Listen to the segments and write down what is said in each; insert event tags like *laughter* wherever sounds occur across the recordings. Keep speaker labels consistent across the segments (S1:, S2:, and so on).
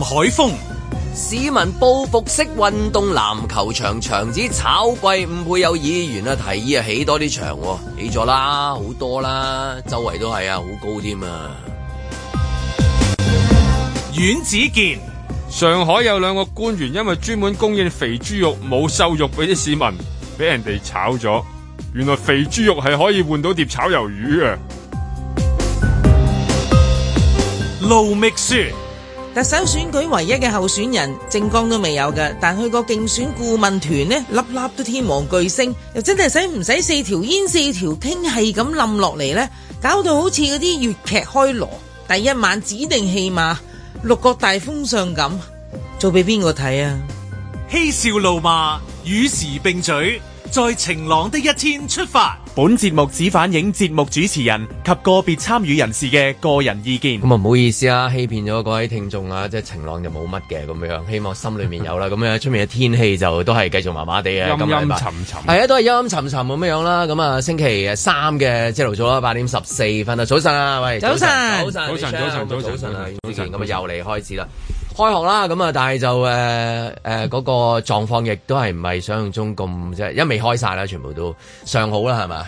S1: 海風。
S2: 市民報復式運動籃球場場子炒貴，唔會有議員啊提議啊起多啲場喎，起咗啦，好多啦，周圍都係啊，好高添啊！
S1: 阮子健，
S3: 上海有兩個官員因為專門供應肥豬肉冇瘦肉俾啲市民，俾人哋炒咗。原來肥豬肉係可以換到碟炒魷魚啊！
S1: 盧覓雪，
S4: 特首選舉唯一嘅候選人政綱都未有嘅，但佢個競選顧問團呢，粒粒都天王巨星，又真係使唔使四條煙四條傾係咁冧落嚟呢？搞到好似嗰啲粵劇開鑼，第一晚指定戲碼，六國大封相咁，做俾邊個睇啊？
S1: 嬉笑怒罵，與時並舉，在晴朗的一天出發。
S5: 本節目只反映節目主持人及個別參與人士嘅個人意見。
S2: 咁啊，唔好意思啊，欺騙咗各位聽眾啊，即係晴朗就冇乜嘅咁樣，希望心裏面有啦。咁樣出面嘅天氣就都係繼續麻麻地嘅，
S3: 陰
S2: 今個禮拜
S3: 陰沉沉。
S2: 係啊，都係陰陰沉沉咁樣啦。咁啊，星期三嘅朝頭早啦，八點十四分啊，早晨啊，喂，
S4: 早晨
S2: 早晨，
S3: 早晨
S2: 早晨，
S3: 早晨
S2: 早晨啊，
S3: 早晨
S2: 咁啊，又嚟開始啦。開學啦，咁啊，但係就誒誒嗰個狀況亦都係唔係想象中咁即係，因為未開晒啦，全部都上好啦，係嘛？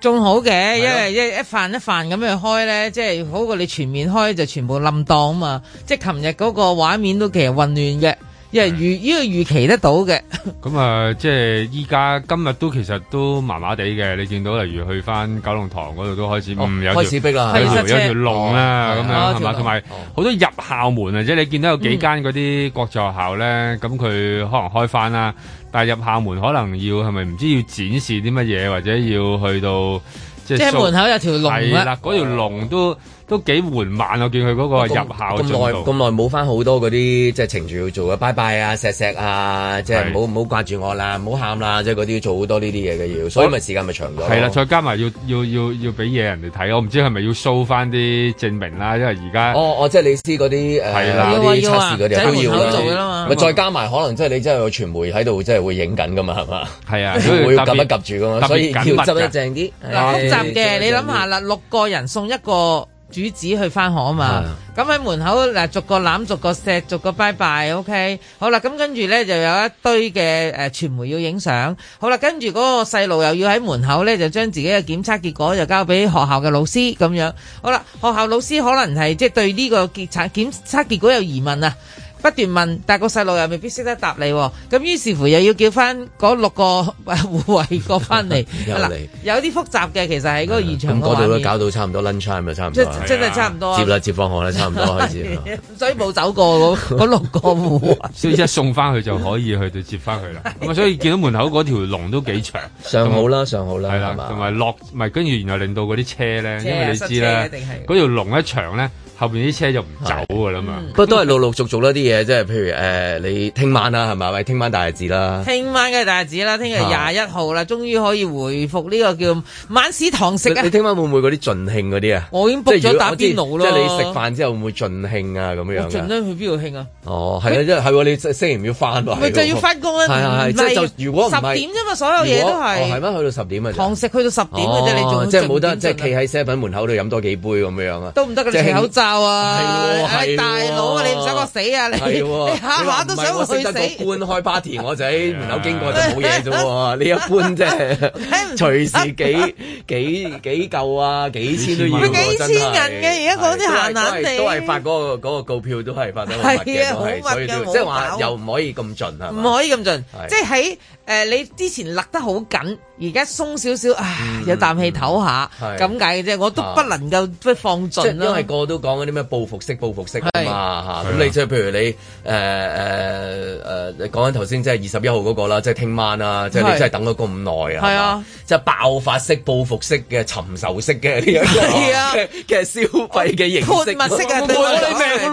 S4: 仲好嘅，因為一一飯一飯咁樣開咧，即係好過你全面開就全部冧檔啊嘛！即係琴日嗰個畫面都其實混亂嘅，因為預呢個預期得到嘅。
S3: 咁啊，即係依家今日都其實都麻麻地嘅，你見到例如去翻九龍塘嗰度都開始，嗯，有條
S2: 開始逼啦，
S3: 有
S4: 係
S3: 條
S4: 塞
S3: 有
S4: 車
S3: 條龍啦，
S2: 哦
S3: 咁樣
S4: 哦
S3: 係
S4: 條
S3: 嘛？
S4: 龍
S3: 同埋
S2: 哦
S3: 好多入校門啊，即係你見到有幾間嗰啲國際學校咧，咁佢可能開翻啦，但係入校門可能要係咪唔知要展示啲乜嘢，或者要去到即
S4: 即
S3: 係
S4: 係門口有條龍
S3: 係
S4: 啦，
S3: 啦，嗰條龍都都幾緩慢，我見佢嗰個入校
S2: 咁
S3: 進
S2: 耐咁
S3: 度。
S2: 耐冇翻好多嗰啲即係程序要做嘅，拜拜啊、錫錫啊，即係
S3: 係
S2: 唔好唔好掛住我啦，唔好喊啦，即係嗰啲要做好多呢啲嘢嘅要，所以咪時間咪長咗咯。
S3: 係啦，再加埋要要要要俾嘢人哋睇，我唔知係咪要 show 翻啲證明啦，因為而家
S2: 哦，我即係你知嗰啲誒
S3: 係啦
S2: 嗰啲測試嗰
S4: 要啊
S2: 啲
S4: 要啊
S2: 都
S4: 就喺門
S2: 要
S4: 口做㗎啦嘛
S2: 咪再加埋可能即係你真係有傳媒喺度，即係會影緊噶嘛，係嘛？
S3: 係啊，所以
S2: 會
S3: 特
S2: 及
S3: 別
S2: 一及住噶
S3: 特
S2: 嘛，
S3: 別
S2: 所以要
S3: 緊密
S2: 執得
S3: 㗎
S2: 正啲。
S4: 嗱複雜嘅，
S2: 唉
S4: 你諗下。啦，六個人送一個主子去翻學啊嘛，咁喺門口嗱逐個攬、逐個錫、逐個拜拜，OK，好啦，咁跟住咧就有一堆嘅誒傳媒要影相，好啦，跟住嗰個細路又要喺門口咧就將自己嘅檢測結果就交俾學校嘅老師咁樣，好啦，學校老師可能係即係對呢個結測檢測結果有疑問啊。不斷問，但係個細路又未必識得答你喎，咁於是乎又要叫翻嗰六個 *laughs* 呃護衛過翻嚟，
S2: *laughs* 又嚟
S4: 嗱有啲複雜嘅，其實喺嗰個現場
S2: 咁
S4: 嗰
S2: 嗰
S4: 畫
S2: 度都
S4: 面，
S2: 搞到差唔多 lunch time 啦，差唔多
S4: 即
S2: 係
S4: 真係差唔多啊
S2: 接，啦，接放學啦，差唔多開始
S4: *laughs*
S2: 啦。
S4: 所以冇走過嗰嗰六個户啊。
S3: 所以一送翻去就可以去到接翻佢啦。
S4: *laughs*
S3: 咁啊，所以見到門口嗰條龍都幾長，
S2: 上好啦，上好啦，
S3: 係啦
S2: 係，嘛
S3: 同埋落咪跟住然後令到嗰啲車咧，因為你知
S4: 車啊
S3: 啦
S4: 塞車一定係，
S3: 嗰條龍一長咧，後邊啲車就唔走噶啦
S4: 嗯
S3: 嘛。
S2: 不過都係陸陸續續啦啲嘢，即係譬如誒、呃你聽晚啦，係咪？喂，聽晚大日子啦，
S4: 聽晚嘅大日子啦，聽日
S2: 啊
S4: 廿一號啦，終於可以回復呢個叫晚市堂食
S2: 你
S4: 啊
S2: 你！聽晚會唔會嗰啲盡興嗰啲啊？
S4: 我已經
S2: 即
S4: book
S2: 係如
S4: 咗
S2: 果
S4: 打邊爐咯。
S2: 即係你食飯之後會唔會盡興啊？咁
S4: 我
S2: 樣
S4: 盡
S2: 㗎
S4: 量去邊度慶啊？
S2: 哦，係啊，即係係喎，你星期五要翻喎，
S4: 咪
S2: 係喎
S4: 就要翻工啊！
S2: 係係係
S4: 唔
S2: 即係就如果唔
S4: 十
S2: 係
S4: 點啫嘛，所有嘢
S2: 如
S4: 都
S2: 果哦係
S4: 係
S2: 咩？去到十點啊？
S4: 堂食去到十點嘅啫，你
S2: 哦
S4: 仲
S2: 即係冇得
S4: 盡點
S2: 即係
S4: 盡
S2: 企
S4: 啊
S2: 喺 seven 門口度飲多幾杯咁樣啊？
S4: 都唔得㗎，
S2: 即係
S4: 你除口罩啊！
S2: 係喎
S4: 唉
S2: 係喎
S4: 大佬啊，你唔想我死啊！你
S2: 係喎，
S4: *laughs* 你下下都想
S2: 你話唔係我
S4: 我
S2: 識
S4: 去
S2: 得
S4: 死
S2: 個。啊官開 party，我就喺門口經過就冇嘢啫喎。你一般即係 *laughs* 隨時
S4: *laughs*
S2: 幾幾幾嚿啊，幾千都要
S3: 咪
S2: 喎。
S4: 幾
S2: 真
S4: 千
S2: 係
S4: 銀嘅而家講啲閒閒地
S2: 都係都係發嗰個嗰個告票都係發得好密
S4: 係
S2: 嘅，
S4: 啊
S2: 都係
S4: 好密
S2: 所以
S4: 嘅
S2: 都
S4: 冇
S2: 即係話
S4: 搞
S2: 又唔可以咁盡係
S4: 唔
S2: 嘛？
S4: 可以咁盡
S2: 係，
S4: 即係喺誒你之前勒得好緊，而家鬆少少，唉，有啖氣唞下
S2: 係
S4: 咁解嘅啫。我都不能夠即係放
S2: 即係
S4: 盡
S2: 因為
S4: 啦。
S2: 個個都講嗰啲咩報復式、報復式啊
S4: 係
S2: 嘛
S3: 係
S2: 嚇，
S3: 啊
S2: 咁你即係譬如你呃誒誒誒你講緊頭先即係二十一號嗰個啦，即係聽晚啊，即係
S4: 係
S2: 你真係等咗咁耐啊，
S4: 係啊
S2: 係嘛，即係爆發式、報復式嘅尋仇式嘅呢一
S4: 係啊
S2: 個嘅 *laughs* 嘅消費嘅形
S4: 潑
S2: 式。
S4: 墨式
S2: *laughs*
S4: 啊，
S3: 我
S4: 對我嚟講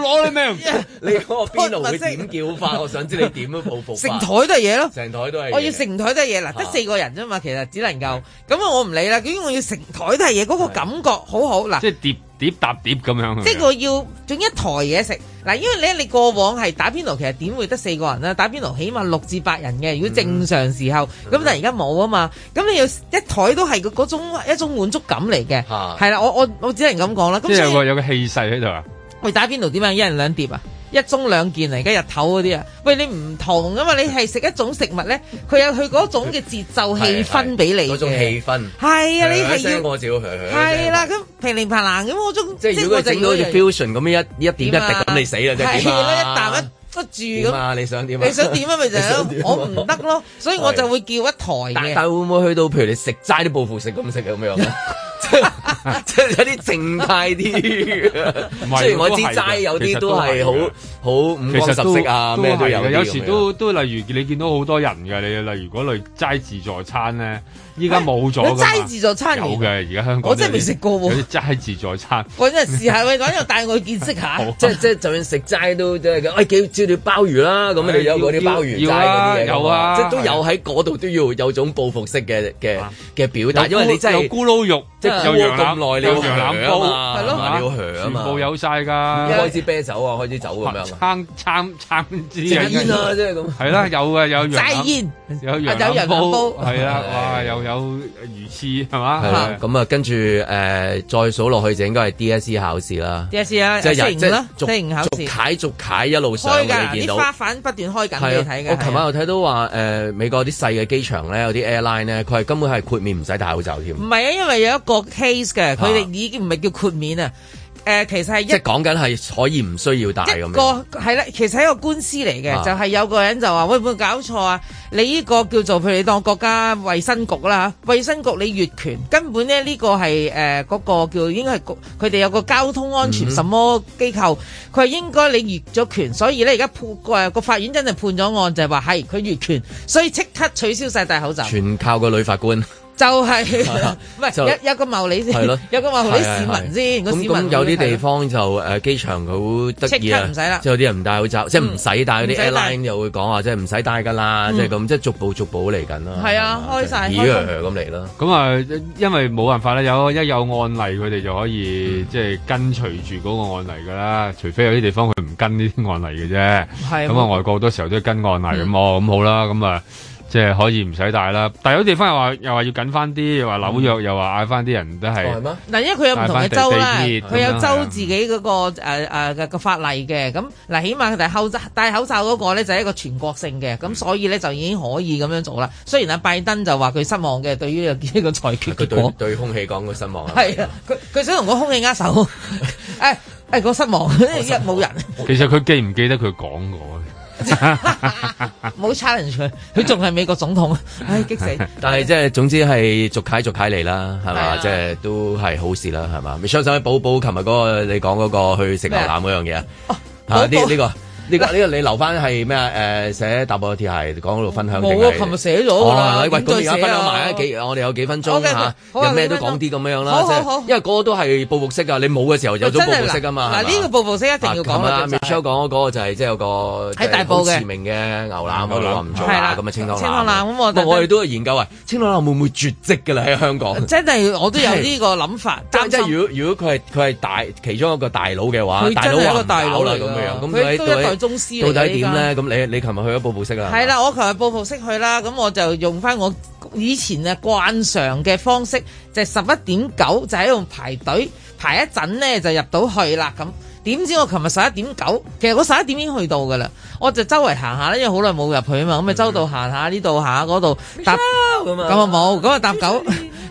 S3: 攞你命，我攞你命。
S4: *laughs*
S2: 你嗰個邊爐會
S4: 潑墨式
S2: 點叫法？我想知你點樣報復
S4: 成
S2: 法
S4: 台。都係嘢咯。
S2: 成台都係嘢。
S4: 我要成台都係嘢，嗱得
S2: 啊
S4: 四個人啫嘛，其實只能夠咁啊，我唔理啦。咁我要成台都係嘢，嗰個感覺好好嗱。
S3: 即係碟碟搭碟咁樣。
S4: 即係我要整一台嘢食嗱，因為咧你過往係打邊爐，其實點會得四個人啦？打邊爐起碼六至八人嘅，如果正常時候，咁、但係而家冇啊嘛，咁你要一台都係嗰種一種滿足感嚟嘅，
S2: 嚇
S4: 係啦，我我我只能咁講啦。
S3: 即係
S4: 咁
S3: 有
S4: 所
S3: 個
S4: 以
S3: 有個氣勢喺度啊！
S4: 喂打邊爐點啊？一人兩碟啊？一一盅兩件嚟嘅日頭嗰啲啊，喂你唔同噶嘛，你係食一種食物咧，佢有佢嗰種嘅節奏氣氛俾你
S2: 嗰種
S4: 嘅，
S2: 氣氛。
S4: 係啊，你係要
S2: 聲我就要響。
S4: 係啦，咁平平白冷咁嗰種，
S2: 即係如
S4: 我
S2: 果佢
S4: 就
S2: 整到好似
S4: 要
S2: fusion 咁樣一一點一滴咁，你死啦！即係
S4: 啊係
S2: 點
S4: 啦，
S2: 啊？
S4: 一啖一不住
S2: 點
S4: 咁。
S2: 啊？你想點啊？
S4: 你想點啊？咪就
S2: *laughs*
S4: 係咯我唔得咯，所以我就會叫一台
S2: 但
S4: 嘅
S2: 但。會唔會去到譬如你食齋啲報復食咁食咁
S4: *laughs*
S2: 樣啊？即係即係有啲靜態
S3: 唔
S2: 啲，
S3: 係
S2: 雖然我知
S3: 都係嘅
S2: 齋有
S3: 其
S2: 啲
S3: 實
S2: 都
S3: 都係
S2: 係
S3: 嘅
S2: 好好五
S3: 其實
S2: 光十色啊，
S3: 都
S2: 咩都
S3: 係
S2: 有啲
S3: 嘅
S2: 咁樣。
S3: 有時都都例如你見到好多人嘅，你例如嗰類齋自助餐咧，依家冇咗㗎
S4: 佢
S3: 嘛
S4: 齋自助餐
S3: 有
S4: 嚟
S3: 嘅，而家香港
S4: 我真係未食過喎
S3: 有啲齋自助餐，
S4: 我真係試下，喂，揾又帶我見識下。
S2: *laughs* 即係即係，就算食齋都即係咁，哎幾照料鮑魚啦，咁你有嗰啲鮑魚齋嗰啲嘢㗎嘛
S3: 要啊有啊啊
S2: 即係都有喺嗰度都要有種報復式嘅嘅嘅表達，因為你真
S3: 有
S2: 係
S3: 咕嚕肉，
S2: 即係
S3: 係有羊腩
S2: 咁耐，你
S3: 有
S2: 要
S3: 羊腩
S2: 響
S3: 煲，
S2: 啊嘛，
S4: 係咯
S2: 你要響啊
S3: 全
S2: 嘛，
S3: 部有晒
S2: 開
S3: 㗎，
S2: 支啤酒啊，開支酒咁樣啊，
S3: *laughs* 撐撐撐支
S2: 食煙啊，即係咁。
S3: 係啦，有嘅有羊
S4: 齋
S3: 腩，
S4: 煙
S3: 有
S4: 啊有
S3: 羊
S4: 羊
S3: 腩
S4: 腩煲
S3: 煲，係啦，
S2: 係
S3: 哇，又有魚翅係嘛，
S2: 係啦
S3: 係，
S2: 咁啊，跟住誒再數落去就應該係 DSE 考試啦，
S4: ，DSE 啦，
S2: 即係
S4: 四
S2: 人
S4: 啊型啦，
S2: 即
S4: 四型考
S2: 係逐逐
S4: 試
S2: 楷逐楷一路上
S4: 開㗎，
S2: 你見
S4: 啲
S2: 到。
S4: 花瓣不斷
S2: 係
S4: 開緊俾
S2: 啊
S4: 你睇㗎。
S2: 我琴
S4: 係
S2: 晚
S4: 啊
S2: 又睇到話誒美國啲細嘅機場咧，有啲 airline 咧，佢係根本係豁免唔使戴口罩添
S4: 唔。係啊，因為有一個 case 嘅，佢哋已經唔係叫豁免啊，誒，其實係
S2: 啊即係
S4: 一。
S2: 講緊係可以唔需要戴
S4: 一
S2: 咁樣。
S4: 個係啦，其實係一個官司嚟嘅，
S2: 啊
S4: 就係有個人就話：喂，會唔會搞錯啊？你呢個叫做譬如你當國家衛生局啦，衛生局你越權，根本咧呢個係誒嗰個叫應該係局佢哋有個交通安全什
S2: 嗯
S4: 麼機構，佢係應該你越咗權，所以咧而家判誒個法院真係判咗案，就係話係佢越權，所以即刻取消晒戴口罩，
S2: 全靠個女法官，
S4: 就係唔係
S2: 就
S4: 有有個謀
S2: *laughs*
S4: 理
S2: 係咯
S4: 先， *laughs* 有個謀理市民先，個
S2: 咁
S4: 市民
S2: 咁有
S4: 會
S2: 啲
S4: 係
S2: 地
S4: 咯
S2: 方就誒機場佢好得意
S4: 即刻
S2: 啊，
S4: 唔使啦嗯
S2: 即係有啲人唔戴口罩，即係唔使戴嗰啲
S4: 唔使戴嗯
S2: airline 又會講話，即係唔使戴㗎啦，即係咁，即係逐步逐步嚟緊啦。
S4: 係啊
S2: 嘛
S4: 開晒
S2: 即係咦咁嚟啦。
S3: 咁啊，因為冇辦法啦，有一有案例，佢哋就可以即係跟隨住嗰個案例㗎啦。除非有啲地方佢唔跟呢啲案例嘅啫。
S4: 係
S3: 咁啊，外國好多時候都係跟案例咁哦，咁好啦，咁啊，即係可以唔使戴啦。但有啲地方又話又話要緊翻啲，又話紐約又話嗌翻啲人都
S2: 哦係
S3: 係
S2: 咩？
S4: 嗱，因為佢有唔同嘅州啦，
S3: 戴返
S4: 佢
S3: 地
S4: 有
S3: 鐵咁樣
S4: 州自己嗰、個誒誒嘅個法例嘅，咁嗱，起碼佢戴口罩戴口罩嗰個咧就係一個全國性嘅，咁所以咧就已經可以咁樣做啦。雖然阿拜登就話佢失望嘅，對於呢個呢 *laughs* 個裁決
S2: 佢
S4: 結果
S2: 對對空氣講佢失望啊。
S4: 係啊，佢佢想同個空氣握手，誒誒、個失望， *laughs* 一冇人
S3: 其實佢記唔記得佢講
S4: *laughs*
S3: 過？
S4: 冇 challenge 佢，佢仲係美國總統，唉激死！
S2: *laughs* 但係即係總之係逐楷逐楷嚟啦，係
S4: 係
S2: 嘛？
S4: 啊
S2: 即係都係好事啦，係嘛？你相信寶寶琴日嗰個你講嗰個去食牛腩嗰樣嘢
S4: 哦
S2: 啊？啊呢
S4: 寶寶
S2: 呢個呢個呢個你留翻係咩啊？誒寫踏破鐵鞋講嗰度分享定
S4: 冇啊
S2: 係，
S4: 琴日寫咗㗎啦
S2: 哦，係咪喂，咁
S4: 點
S2: 而家
S4: 再寫啊
S2: 分享埋啊幾，我哋有幾分鐘
S4: OK，
S2: 嚇，
S4: 好啊
S2: 有咩
S4: 幾
S2: 都
S4: 分鐘
S2: 講啲咁樣樣啦，
S4: 好
S2: 即
S4: 好好哦
S2: 係因為嗰個都係報復式㗎，你冇嘅時候有咗報復式㗎啊嘛。
S4: 嗱
S2: 係嘛
S4: 呢個步步式一定要講
S2: 啊
S4: 啦
S2: 琴日 Michelle 講嗰個就係即係有個
S4: 喺大埔嘅
S2: 即係好馳名嘅牛腩嗰度話唔做
S4: 係
S2: 啦
S4: 啦，
S2: 咁啊清湯腩。
S4: 清湯腩咁我特登
S2: 哋都係研究啊，清湯腩會唔會絕跡㗎啦喺香
S4: *laughs*
S2: 港？
S4: 真
S2: *laughs*
S4: 係我都有呢個諗法，
S2: 即係
S4: 擔
S2: 即
S4: 心
S2: 係如果如果佢係佢係大其中一個大佬嘅話，
S4: 佢真係一個大佬
S2: 佬話
S4: 嚟
S2: 唔搞啦咁樣，咁
S4: 佢
S2: 佢
S4: 都
S2: 到
S4: 一代
S2: 底
S4: 宗師嚟
S2: 到底
S4: 嘅依家
S2: 點咧？咁你你琴日去咗報報式啊啦？
S4: 係啦，我琴日報復式去啦，咁我就用翻我以前嘅慣常嘅方式，就十一點九就喺度排隊排一陣呢，就入到去啦咁。點知我琴日十一點九，其實我十一點已經去到噶啦，我就周圍行下啦，因為好耐冇入去啊嘛，咁咪周度行下呢度行下嗰度搭。
S2: 咁
S4: 咁啊冇，咁啊搭九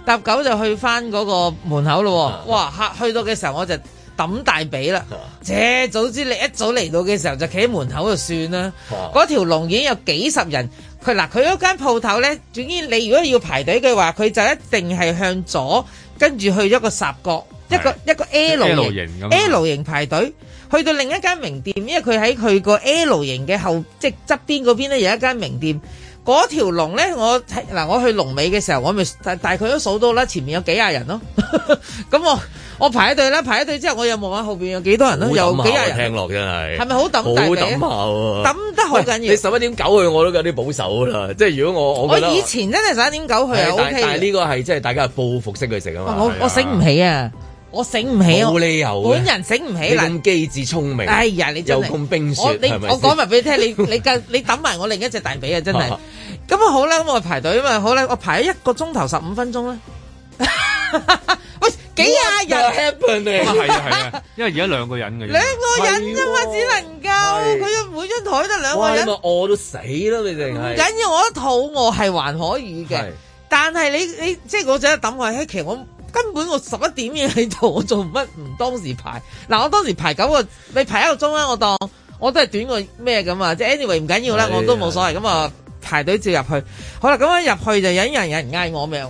S4: 搭九就去翻嗰個門口咯喎，哇嚇！去到嘅時候我就抌大髀啦，切！早知你一早嚟到嘅時候就企喺門口就算啦，
S2: 啊
S4: 嗰條龍已經有幾十人。佢嗱佢嗰間鋪頭咧，總之你如果要排隊嘅話，佢就一定係向左，跟住去一個十角，一個一個 L
S3: L
S4: 型
S3: 型
S2: 啊
S3: 咁
S4: L 型排隊。去到另一間名店，因為佢喺佢個 L 型嘅後即係側邊嗰邊咧有一間名店。嗰條龍咧，我睇嗱，我去龍尾嘅時候，我咪大大概都數到啦，前面有幾廿人咯。 *laughs* 咁我我排隊啦，排隊之後我又望下後邊有幾多人咯，有幾廿人，
S2: 聽落真係
S4: 係咪好
S2: 好
S4: 抌大
S2: 抌
S4: 髀
S2: 下
S4: 啊？
S2: 喎？
S4: 抌得好
S2: 喂
S4: 緊
S2: 你
S4: 要。
S2: 十一點九去我都有啲保守啦，即係如果我我
S4: 我
S2: 覺得
S4: 以前真係十一點九去
S2: 係
S4: 啊
S2: 但但係呢
S4: ，OK 嘅。
S2: 個係即係大家係報復式去食啊嘛。
S4: 我我醒唔起啊，我醒唔起啊
S2: 冇，理由嘅
S4: 本人醒唔
S2: 你
S4: 起嗱。
S2: 咁機智聰明，
S4: 哎呀，你真
S2: 又
S4: 係
S2: 咁冰雪，
S4: 我你
S2: 係咪
S4: 我
S2: 先
S4: 講埋俾你聽，你你夠你抌埋我另一隻大髀啊！真係
S2: *laughs*
S4: 咁啊 *laughs* 好啦，咁我排隊啊嘛，好啦，我排咗一個鐘頭十五分鐘啦。喂，幾廿人。 *laughs*
S3: 咁啊係啊係啊，因為而家兩個人嘅啫。
S4: 兩個人啫嘛，
S2: 係喎
S4: 只能
S2: 係
S4: 夠佢每張台得兩個人，
S2: 啊
S4: 唔緊要。我覺得肚餓係還可以嘅，但係你你即係我就喺度等我，嘿其實我根本我十一點嘢喺度，我做乜唔當時排？嗱，我當時排九個，你排一個鐘啦，我當我都係短過咩咁啊！即係 anyway 唔緊要啦，
S2: 係
S4: 我都冇所謂咁啊，排隊照入去。好啦，咁樣入去就有人有人嗌我咩喎？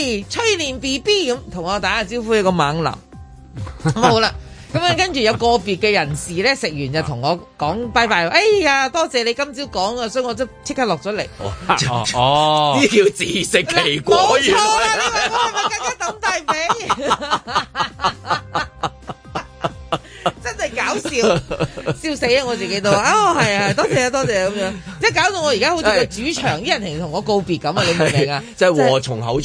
S4: 喂，催眠 B B 咁同我打下招呼，一個猛男。咁啊好啦。咁樣跟住有個別嘅人士咧，食完就同我講拜拜。哎呀，多謝你今朝講啊，所以我即即刻落咗嚟。
S2: *laughs*
S3: 哦哦，
S4: 冇錯啦，你話我係咪更加抌大髀？ *laughs* 真係搞笑，笑死啊！我自己都啊，係啊，多謝啊，多謝啊咁樣，即係搞到我而家好似個主場啲人嚟同我告別咁啊！你明唔明啊？
S2: 啊
S4: 咁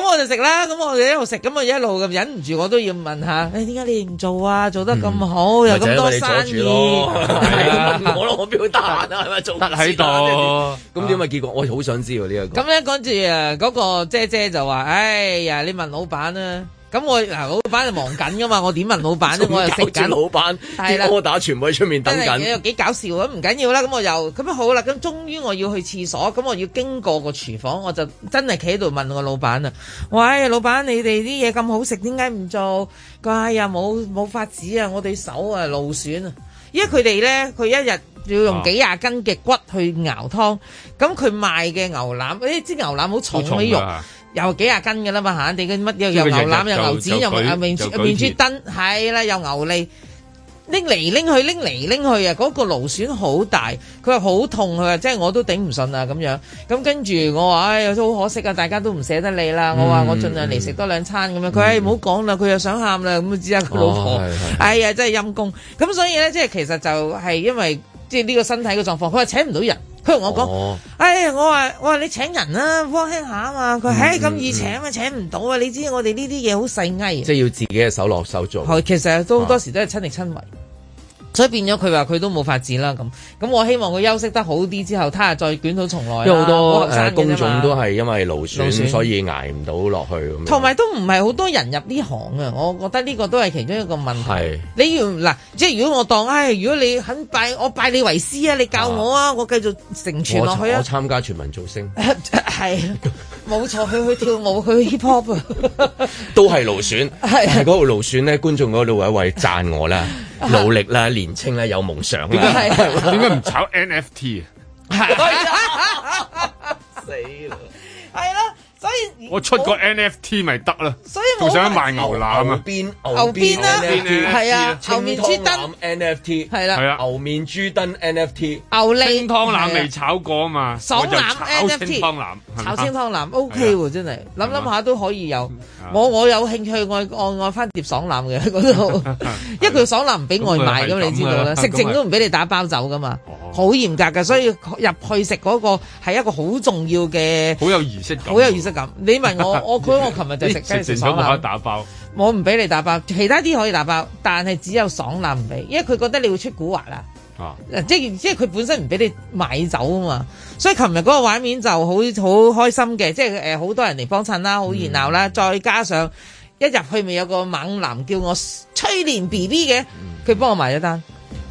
S4: 我就食啦，咁我就一路食，咁我一路咁忍唔住，我都要問下，誒點解你唔做啊？做得咁
S2: 嗯
S4: 好，有咁多生意，
S2: 啊
S3: 得喺度。
S2: 啊
S4: 咁咧跟住誒嗰個姐姐就話：，哎呀，你問老闆啦。咁我嗱，老闆就忙緊噶嘛，我點問老闆咧？我又食緊，係啦。真係又幾搞笑啊！唔緊要啦，咁我又咁啊好啦，咁終於我要去廁所，咁我要經過個廚房，我就真係企喺度問個老闆啊：，喂，老闆，你哋啲嘢咁好食，點解唔做？佢話：哎呀，冇冇法子啊，我對手啊勞損啊，因為佢哋咧，佢一日。要
S3: 啊
S4: 用幾廿斤嘅骨去熬湯，咁佢賣嘅牛腩，誒支牛腩好重啊
S3: 好重
S4: 啲肉，
S3: 㗎
S4: 又幾廿斤嘅啦嘛，閒地嘅乜又
S3: 即係
S4: 又
S3: 佢日
S4: 牛
S3: 日
S4: 腩又
S3: 就
S4: 牛展
S3: 就
S4: 又
S3: 舉
S4: 面面
S3: 就舉鐵
S4: 豬燈，係啦，又牛脷。拎嚟拎去，拎嚟拎去啊！嗰、個勞損好大，佢話好痛，佢話即係我都頂唔順啊咁樣。咁跟住我話，唉、都好可惜啊，大家都唔捨得你啦。我話我盡量嚟食多兩餐咁樣。佢唉唔好講啦，佢又想喊啦，咁只係佢老婆。
S2: 哦係係
S4: 哎呀，真係陰公。咁所以咧，即係其實就係因為即係呢個身體嘅狀況，佢話請唔到人。佢同我講。
S2: 哦
S4: 哎，我話我話你請人啦、幫輕下啊嘛。佢唉咁易請啊，請唔到啊！你知我哋呢啲嘢好細埃啊。係其實
S2: 啊
S4: 都好多時都係親力親為，所以變咗佢話佢都冇法子啦咁。咁我希望佢休息得好啲之後，他日再捲土重來啦。
S2: 因為好
S4: 好
S2: 多
S4: 後生嘅啫
S2: 誒
S4: 嘛
S2: 工種都係因為勞
S4: 勞損
S2: 損，所以捱唔到落去咁樣。
S4: 同埋都唔係好多人入呢行啊，我覺得呢個都係其中一個問題。
S2: 係
S4: 你要嗱，即係如果我當，唉，如果你肯拜，我拜你為師啊，你教我啊，我繼續承傳
S2: 我
S4: 落去啊
S2: 我。參加全民造
S4: *laughs*
S2: 星
S4: 係啊，冇錯，佢去跳舞，佢去 hip hop 啊。
S2: 都係勞損，
S4: 係
S2: *laughs* 係嗰度勞損咧，觀眾嗰度有一位讚我
S4: *laughs*
S2: 啦，努力啦，年青啦，有夢想啦，*laughs*
S4: 係啊
S3: 點解唔炒 NFT 啊？
S2: 哎
S4: 係啦，所以
S3: 我出個 NFT 咪得啦，
S4: 所以
S3: 仲
S4: 我
S3: 想賣牛腩
S2: 牛
S3: 啊！
S2: 鞭
S3: *laughs*
S4: 牛鞭啦，
S3: 邊啊
S4: 係啊，牛面豬燈
S2: 燈 NFT
S4: 係
S3: 係
S4: 啦，
S3: 啊，
S2: 牛面豬燈 NFT
S4: 牛脷
S3: 清湯腩
S4: 係啊
S3: 未炒過啊嘛，
S4: 爽
S3: 我就
S4: 腩
S3: 炒
S4: NFT
S3: 清湯腩，係啊
S4: 炒
S3: 嘛
S4: 清湯腩 OK 喎，真係諗諗下都可以有
S3: 啊。
S4: 我我有興趣愛愛愛翻碟爽腩嘅喺 *laughs* 嗰
S3: *laughs*
S4: 度，因為佢爽腩唔俾外賣
S3: 咁佢係
S4: 咁，你知道啦，
S3: 咁啊
S4: 食剩都唔俾你打包走噶嘛
S3: 哦，
S4: 好嚴格㗎。所以入去食嗰個係一個好重要嘅。
S3: 好有儀式感，
S4: 好有儀式感，你問
S3: *laughs*
S4: 我，我佢我琴日就食
S3: 食
S4: 雞
S3: 成
S4: 食爽
S3: 咗冇得
S4: 腩，
S3: 打包，
S4: 我唔俾你打包，其他啲可以打包，但係只有爽腩唔俾，因為佢覺得你會出古惑啦。
S3: 啊，
S4: 嗱呃即係即係佢本身唔俾你買走啊嘛，所以琴日嗰個畫面就好好開心嘅，即係誒好多人嚟幫襯啦，
S3: 嗯
S4: 好熱鬧啦，再加上一入去咪有個猛男叫我催眠 B B 嘅，
S3: 嗯
S4: 佢幫我埋咗單。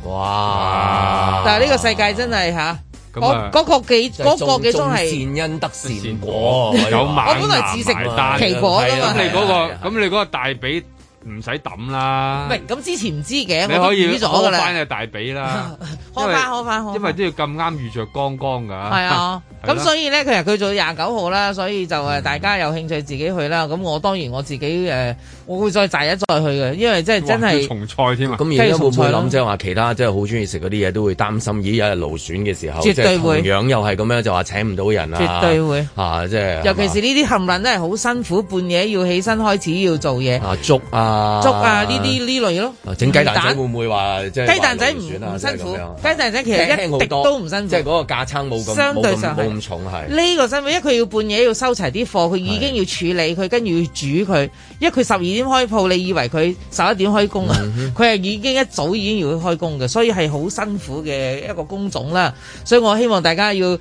S2: 哇！
S4: 但係呢個世界真係吓，
S3: 啊咁啊
S4: 嗰嗰個幾嗰個幾
S2: 種
S4: 鐘係
S2: 善恩得善
S3: 善
S2: 果
S3: 果，有猛
S4: 我本來自食
S3: 埋單
S4: 奇果㗎嘛
S3: 咁你嗰個，
S2: 咁
S3: 咁你嗰個大髀唔使抌啦
S4: 唔，係咁之前唔知嘅，
S3: 啊你
S4: 我
S3: 可
S4: 都
S3: 以
S4: 預咗㗎
S3: 攞翻
S4: 啦，
S3: 你大
S4: *laughs*
S3: 髀啦，
S4: 開翻開翻開
S3: 因為
S4: 翻。
S3: 都要咁啱遇着光光㗎。 *laughs*
S4: 係啊，
S3: 係
S4: 咁
S3: 啦
S4: 所以咧，其實佢做廿九號啦，所以就誒
S2: 嗯
S4: 大家有興趣自己去啦。咁我當然我自己誒，我會再擇一再去嘅，因為真係
S3: 哇
S4: 真
S3: 要
S4: 係
S3: 重賽添啊！
S2: 咁而家會唔會諗即係話其他即係好中意食嗰啲嘢都會擔心，咦有日勞損嘅時候，
S4: 絕對
S2: 即係同
S4: 會
S2: 樣又係咁樣就話請唔到人啊，
S4: 絕對會，
S2: 啊即係
S4: 尤其是呢啲冚撚都係好辛苦，半夜要起身開始要做嘢，
S2: 啊粥啊
S4: 粥啊呢啲呢類咯
S2: 啊，整雞蛋仔會唔會話即係
S4: 雞蛋仔唔
S2: 話勞損啊
S4: 唔辛苦
S2: 即係咁樣
S4: 雞蛋仔其實
S2: 輕
S4: 一
S2: 好
S4: 滴
S2: 多
S4: 都唔辛苦
S2: 即係。嗰個架撐冇咁
S4: 相對
S2: 冇咁
S4: 上係
S2: 冇咁重係。
S4: 呢個身份，因為佢要半夜要收齊啲貨，佢已經要處理佢，跟住要煮佢。因為佢十二點開鋪，你以為佢十一點開工啊？佢係、已經一早已經要開工嘅，所以係好辛苦嘅一個工種啦。所以我希望大家要熱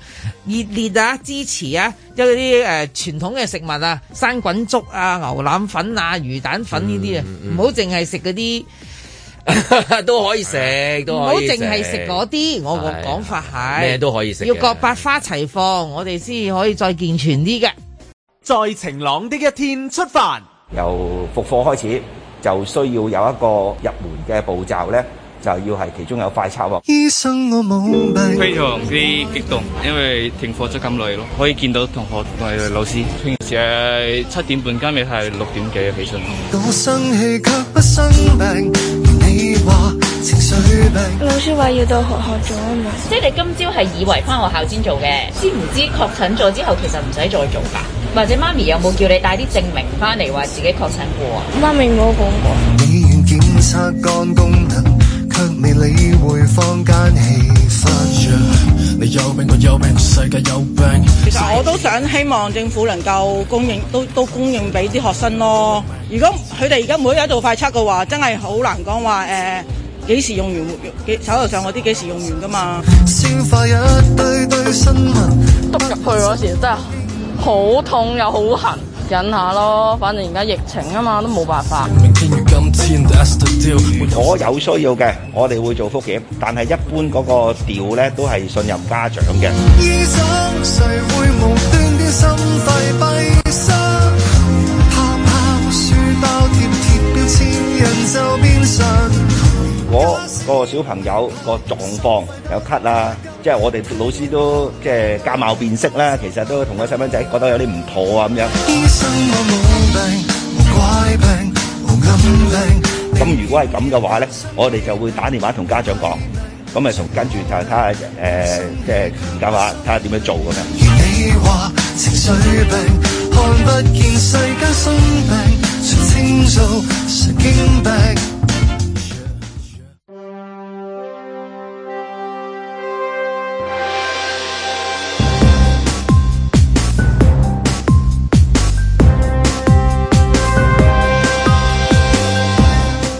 S4: 烈啊，支持啊，因為啲誒、呃、傳統嘅食物啊，生滾粥啊、牛腩粉啊、魚蛋粉呢啲啊，唔好淨係食嗰啲，
S2: *laughs* 都可以食，都
S4: 唔好
S2: 可以
S4: 淨係食嗰啲。我個
S2: 係
S4: 講法係
S2: 咩都可以食嘅
S4: 要各百花齊放，我哋先可以再健全啲嘅。
S5: 在晴朗的一天出發。
S6: 由復課開始就需要有一個入門嘅步驟咧，就要係其中有快測喎。
S7: 醫生我冇病。
S8: 非常之激動，因為停課咗咁耐咯，可以見到同學同埋老師。平時係七點半，今日係六點幾起身。
S7: 我生氣卻不生病，你話情緒病。
S9: 老師話要到學校做啊嘛，
S10: 即係你今朝係以為翻學校先做嘅，知唔知確診咗之後其實唔使再做㗎？或者媽咪有冇叫你帶啲證明翻嚟話自己確診過啊？
S9: 媽咪冇講過。
S7: 醫院檢測肝功能，卻未理會坊間氣氛。你有病，我有病，世界有病。
S11: 其實我都想希望政府能夠供應，都都供應俾啲學生咯。如果佢哋而家每一日做快測嘅話，真係好難講話誒幾時用完，幾手頭上嗰啲幾時用完噶嘛。
S7: 消化一堆堆新聞，
S10: 篤入去嗰時真係好痛又好痕，忍下咯，反正而家疫情啊嘛，都冇辦法。
S7: 明天與今天，that's the deal。
S6: 如果有需要嘅，我哋會做復檢，但係一般嗰個調咧都係信任家長嘅。
S7: 醫生誰會無端端心肺閉塞？泡泡書包貼貼標籤，人就變相。
S6: 如果個小朋友個狀況有咳啊，即係我哋老師都即係家貌變色啦，其實都同個細蚊仔覺得有啲唔妥啊咁樣。
S7: 醫生我冇病，無怪病，無暗病。
S6: 咁如果係咁嘅話咧，我哋就會打電話同家長講，咁咪同跟住就睇下誒，即係研究下睇下點樣做咁樣。
S7: 你話情緒病，看不見世間生病，全清做神經病。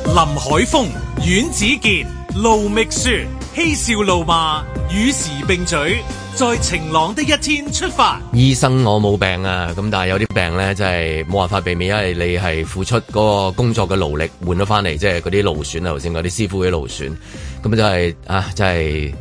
S1: 林海峰、阮子健、盧覓雪，嬉笑怒罵，與時並舉，在晴朗的一天出發。
S2: 醫生我冇病啊，咁但係有啲病咧，真係冇辦法避免，因為你係付出嗰個工作嘅勞力換咗翻嚟，即係嗰啲勞損啊，頭先嗰啲師傅嘅勞損，咁就係、啊，真係。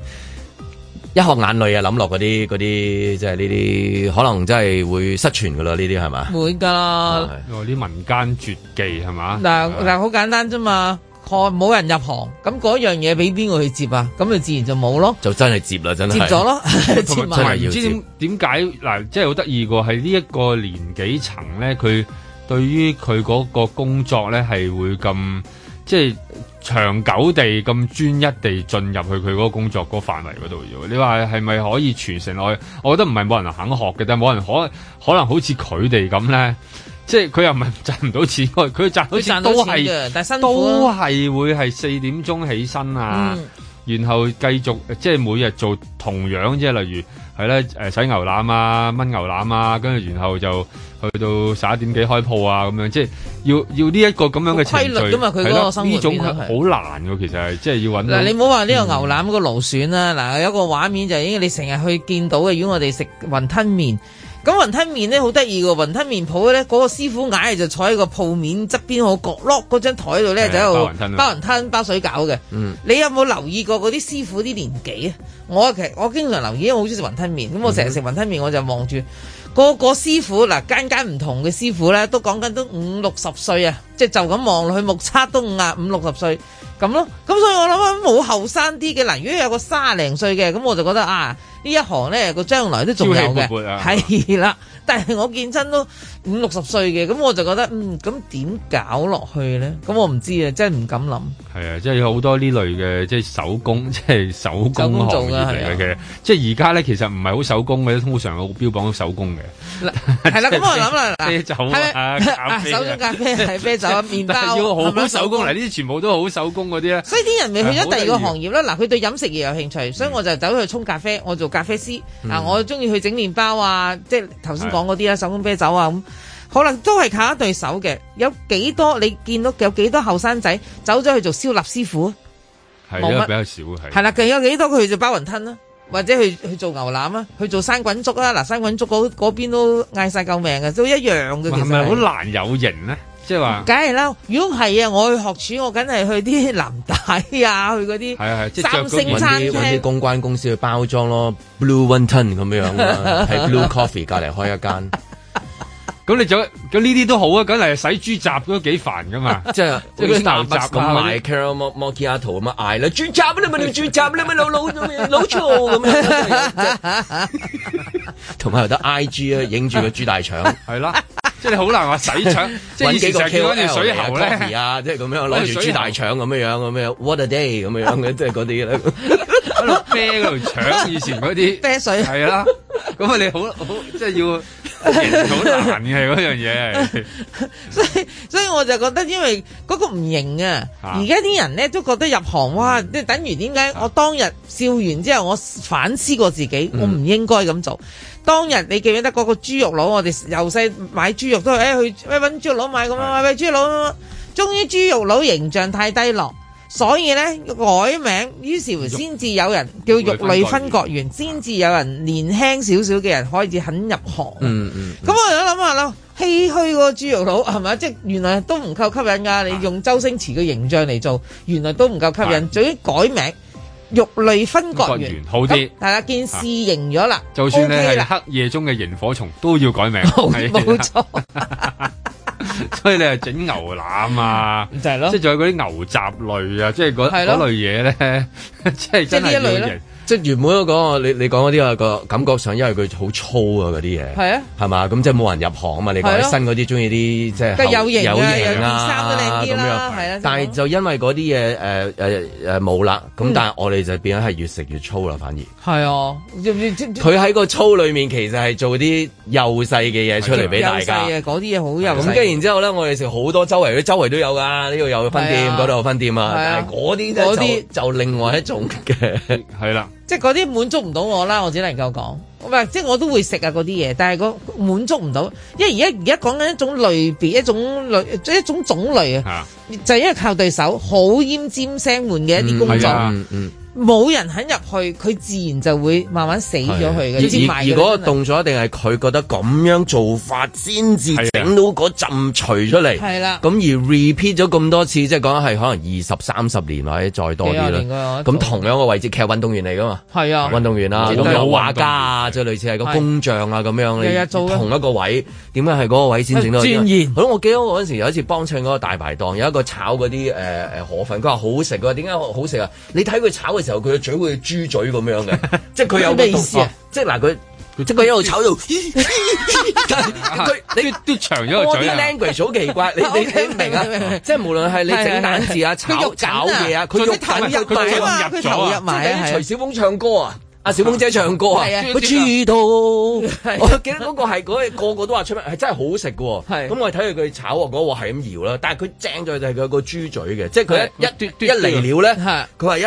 S2: 一學眼淚啊，諗落嗰啲嗰啲，即係呢啲可能真係會失傳噶啦，呢啲係嘛？
S4: 會㗎啦。
S2: 嗯
S3: 哦啲民間絕技係嘛？
S4: 嗱嗱，好簡單啫嘛，學冇人入行，咁嗰樣嘢俾邊個去接啊？咁咪自然就冇咯，
S2: 就真係接啦，真係
S4: 接咗咯，接
S3: 同埋同
S4: 埋
S3: 埋。唔知點點解嗱，即係好得意喎，係呢一個年紀層咧，佢對於佢嗰個工作咧係會咁即係長久地咁專一地進入去佢嗰個工作嗰個範圍嗰度啫喎。你話係咪可以傳承落去？我覺得唔係冇人肯學嘅，但係冇人可可能好似佢哋咁咧，即係佢又唔係賺唔到錢，佢佢賺到
S4: 佢賺
S3: 錢
S4: 到
S3: 都
S4: 錢
S3: 係。
S4: 嘅，但係辛苦
S3: 都
S4: 啊。
S3: 係會係四點鐘起身啊，
S4: 嗯
S3: 然後繼續呃即係每日做同樣即係例如係咧誒洗牛腩啊、燜牛腩啊，跟住然後就去到十一點幾開鋪啊咁樣，即係要要呢一個咁樣嘅程序
S4: 好規律㗎嘛佢嗰個
S3: 係咯
S4: 生活
S3: 呢種
S4: 變咗
S3: 係好難㗎，其實係即係要揾
S4: 嗱，
S3: 到
S4: 你唔好話呢個牛腩嗰個勞損啦，嗱有一個畫面就已經你成日去見到嘅，如果我哋食雲吞麵。咁雲吞麵咧好得意嘅，雲吞麵鋪咧嗰個師傅硬係就坐喺個鋪面側邊好角落嗰張台度咧
S3: 係
S4: 就喺
S3: 包
S4: 度
S3: 雲吞啊
S4: 包雲吞包水餃嘅。你有冇留意過嗰啲師傅啲年紀啊？我其實我經常留意，因為我好中意食雲吞麵，咁我成日食雲吞麵我就望住個個師傅嗱，間間唔同嘅師傅咧都講緊都五六十歲啊，即係就咁望落去目測都五啊五六十歲咁咯。咁所以我諗啊冇後生啲嘅嗱，如果有個卅零歲嘅咁我就覺得啊呢一行咧個將來都仲有
S3: 朝氣勃
S4: 嘅
S3: 勃啊，
S4: 係啦。 *laughs* 但係我見親都五六十歲嘅，咁我就覺得嗯，咁點搞落去咧？咁我唔知啊，真係唔敢諗。
S3: 係啊，即係有好多呢類嘅，即係手工， *laughs* 即係手工
S4: 手工做
S3: 行
S4: 㗎啊
S3: 業嚟嘅。其實即係而家咧，其實唔係好手工嘅，通常個標榜手工嘅。
S4: 係啦，咁我諗啦，嗱
S3: 啤酒
S4: 係
S3: 啊，咖啡啊
S4: 手工咖啡係啤酒啊，麵包
S3: 但係要
S4: 係咪
S3: 好手工嚟，呢啲全部都好手工嗰啲咧。
S4: 所以啲人咪去咗第二個行業啦。嗱，佢對飲食嘢有興趣，所以我就走去沖咖啡，我做咖啡師。
S3: 嗯
S4: 嗱，我中意去整麵包啊，即係頭先講嗰啲啦，手工啤酒啊咁。可能都係靠一對手嘅，有幾多你見到有幾多後生仔走咗去做燒臘師傅？
S3: 係
S4: 冇
S3: 因為
S4: 乜
S3: 比較少係。
S4: 係啦，仲有幾多佢就包雲吞啦，或者去去做牛腩啦，去做山滾粥啦。嗱，山滾粥嗰嗰邊都嗌晒救命嘅，都一樣嘅。其
S3: 係
S4: 實
S3: 咪好
S4: 係
S3: 難有型咧？即係話
S4: 梗係啦，如果唔係啊，我去學廚，我梗係去啲南大啊，去嗰啲
S2: 係啊係即係
S4: 三星餐
S2: 揾啲
S4: 廳。
S2: 公關公司去包裝咯，Blue One Ton 咁樣啊，喺 Blue Coffee 隔離開一間，
S3: 咁你就咁呢啲都好啊，梗係洗豬雜都幾煩噶嘛。
S2: 即係
S3: 即係嗰啲牛
S2: 好似
S3: 雜啊
S2: Starbucks 咁
S3: 嗰啲
S2: 賣 Caramel Macchiato 咁啊嗌啦，豬雜啦嘛，
S3: *laughs*
S2: 你豬雜啦嘛，老老老做咁
S4: *laughs*
S2: 樣，同埋有得 IG 啊，影住個豬大腸。
S3: 係
S2: *laughs*
S3: 啦，即係你好難話洗腸，即係以
S2: 揾
S3: 前
S2: 幾個
S3: 成日見
S2: KOL
S3: 到條水喉
S2: 嚟啊
S3: 咧
S2: ，coffee，啊，即係咁樣
S3: 攞條
S2: 攞住
S3: 水
S2: 豬
S3: 喉
S2: 大腸咁樣樣咁樣，what a day 咁樣
S3: *laughs*
S2: 嘅，即係嗰啲咧。
S3: 喺度啤嗰條腸，以前嗰
S2: *laughs*
S3: 啲
S4: 啤水
S3: 係啦。咁啊，你好好即係要 *laughs* 好難嘅嗰樣嘢。
S4: 所以所以我就覺得，因為嗰個唔型啊，
S3: 啊
S4: 而家啲人咧都覺得入行哇，即係等於點解我當日笑完之後，我反思過自己，我唔應該咁做。當日你記唔記得嗰個豬肉佬？我哋由細買豬肉都係誒、哎去喂揾豬肉佬買咁樣，喂豬肉佬，終於豬肉佬形象太低落。所以咧改名，於是乎先至有人叫肉類分割員，先至有人年輕少少嘅人開始肯入行。
S2: 嗯嗯。
S4: 咁我就諗下啦，唏噓個豬肉佬係咪？即係原來都唔夠吸引㗎。你用周星馳嘅形象嚟做，原來都唔夠吸引。最於改名肉類分
S3: 分割
S4: 割員
S3: 員好啲
S4: 咁係啦，件事型咗啦，
S3: 就算你
S4: OK
S3: 係
S4: 啦
S3: 黑夜中嘅螢火蟲，都要改名。係啊
S4: 冇錯。
S3: *laughs* 所以你係整牛腩啊，
S4: 就係咯
S3: 即係仲有嗰啲牛雜類啊，即係嗰
S4: 係咯
S3: 嗰類嘢咧，即係真係
S4: 即係呢一類
S3: 要
S4: 咯
S3: 型。
S2: 即係原本嗰個你你講嗰啲啊個感覺上，因為佢好粗啊嗰啲嘢，
S4: 係啊，
S2: 係嘛？咁即係冇人入行啊嘛。你
S4: 係
S2: 講
S4: 咯
S2: 啲新嗰啲中意啲即係
S4: 梗係有
S2: 後
S4: 型
S2: 有
S4: 嘅有
S2: 型
S4: 件衫都
S2: 啊
S4: 靚啲
S2: 咁樣
S4: 啦，係啦。
S2: 但係就因為嗰啲嘢誒誒誒冇啦，咁
S4: 嗯
S2: 但係我哋就變咗係越食越粗啦，反而。
S4: 係啊，佢
S2: 佢喺個粗裏面其實係做啲幼細嘅嘢出嚟俾大家。啊
S4: 嘅啊嗰啲嘢好幼
S2: 咁
S4: 細
S2: 跟住然之後咧，我哋食好多周圍都周圍都有㗎，呢度有分
S4: 係
S2: 店，
S4: 啊
S2: 嗰度有分店啊。
S4: 係
S2: 但
S4: 啊
S2: 係嗰啲
S4: 嗰
S2: 咧
S4: 啲
S2: 就就另外一種嘅，
S3: 係啦。
S4: 即係嗰啲滿足唔到我啦，我只能夠講，唔係即係我都會食啊嗰啲嘢，但係個滿足唔到，因為而家而家講緊一種類別，一種類即係一種種類啊，就係因為靠對手好奄尖聲悶嘅一啲工
S2: 係
S4: 作，
S2: 啊嗯
S4: 冇、人肯入去，佢自然就會慢慢死咗佢嘅，先
S2: 啊而
S4: 賣
S2: 而嗰個
S4: 咗真係啊
S2: 動作一定係佢覺得咁樣做法先至整到嗰陣除出嚟，
S4: 係啦
S2: 咁而 repeat 咗咁多次，即係講係可能二十三十年或者再多啲
S4: 幾廿年㗎
S2: 啦
S4: 啦。
S2: 咁同樣嘅位置，其實運動員嚟噶嘛，
S4: 係啊
S2: 運動員啦，
S4: 係
S2: 咁
S4: 都有
S2: 有畫家啊，即係類似係個
S4: 係
S2: 工匠啊咁樣，
S4: 日日
S2: 你
S4: 做嘅
S2: 同一個位，點解係嗰個位先整到？
S4: 係鑽研
S2: 好啦我記得我嗰陣時有一次幫襯嗰個大排檔，有一個炒嗰啲誒誒河粉，佢話好食，佢話點解好食啊？你睇佢炒嘅時候，佢嘅嘴會豬嘴咁樣嘅，即係佢有個
S4: 咩意
S2: 動
S4: 思啊
S2: 作，即係嗱佢。即係佢一路炒到，但係佢你
S3: 嘟長咗個嘴啊
S2: body language 好奇怪，你你你明啊？即係無論係你整蛋字啊、
S4: 係係係
S2: 炒
S4: 佢肉緊啊
S2: 炒嘢啊，佢肉
S4: 佢投入
S2: 緊啊
S4: 埋啊
S2: 佢
S4: 佢投入埋
S2: 即係
S4: 啊
S2: 等於
S4: 係啊
S2: 徐小鳳唱歌啊。阿小鳳姐唱歌啊，
S4: 係啊
S2: 我知道，我記得嗰個係嗰個個都話出名，係真係好食嘅喎。咁我睇佢佢炒啊，嗰個係咁搖啦，但係佢正在就係佢有個豬嘴嘅，即係佢一一一嚟料咧，佢話一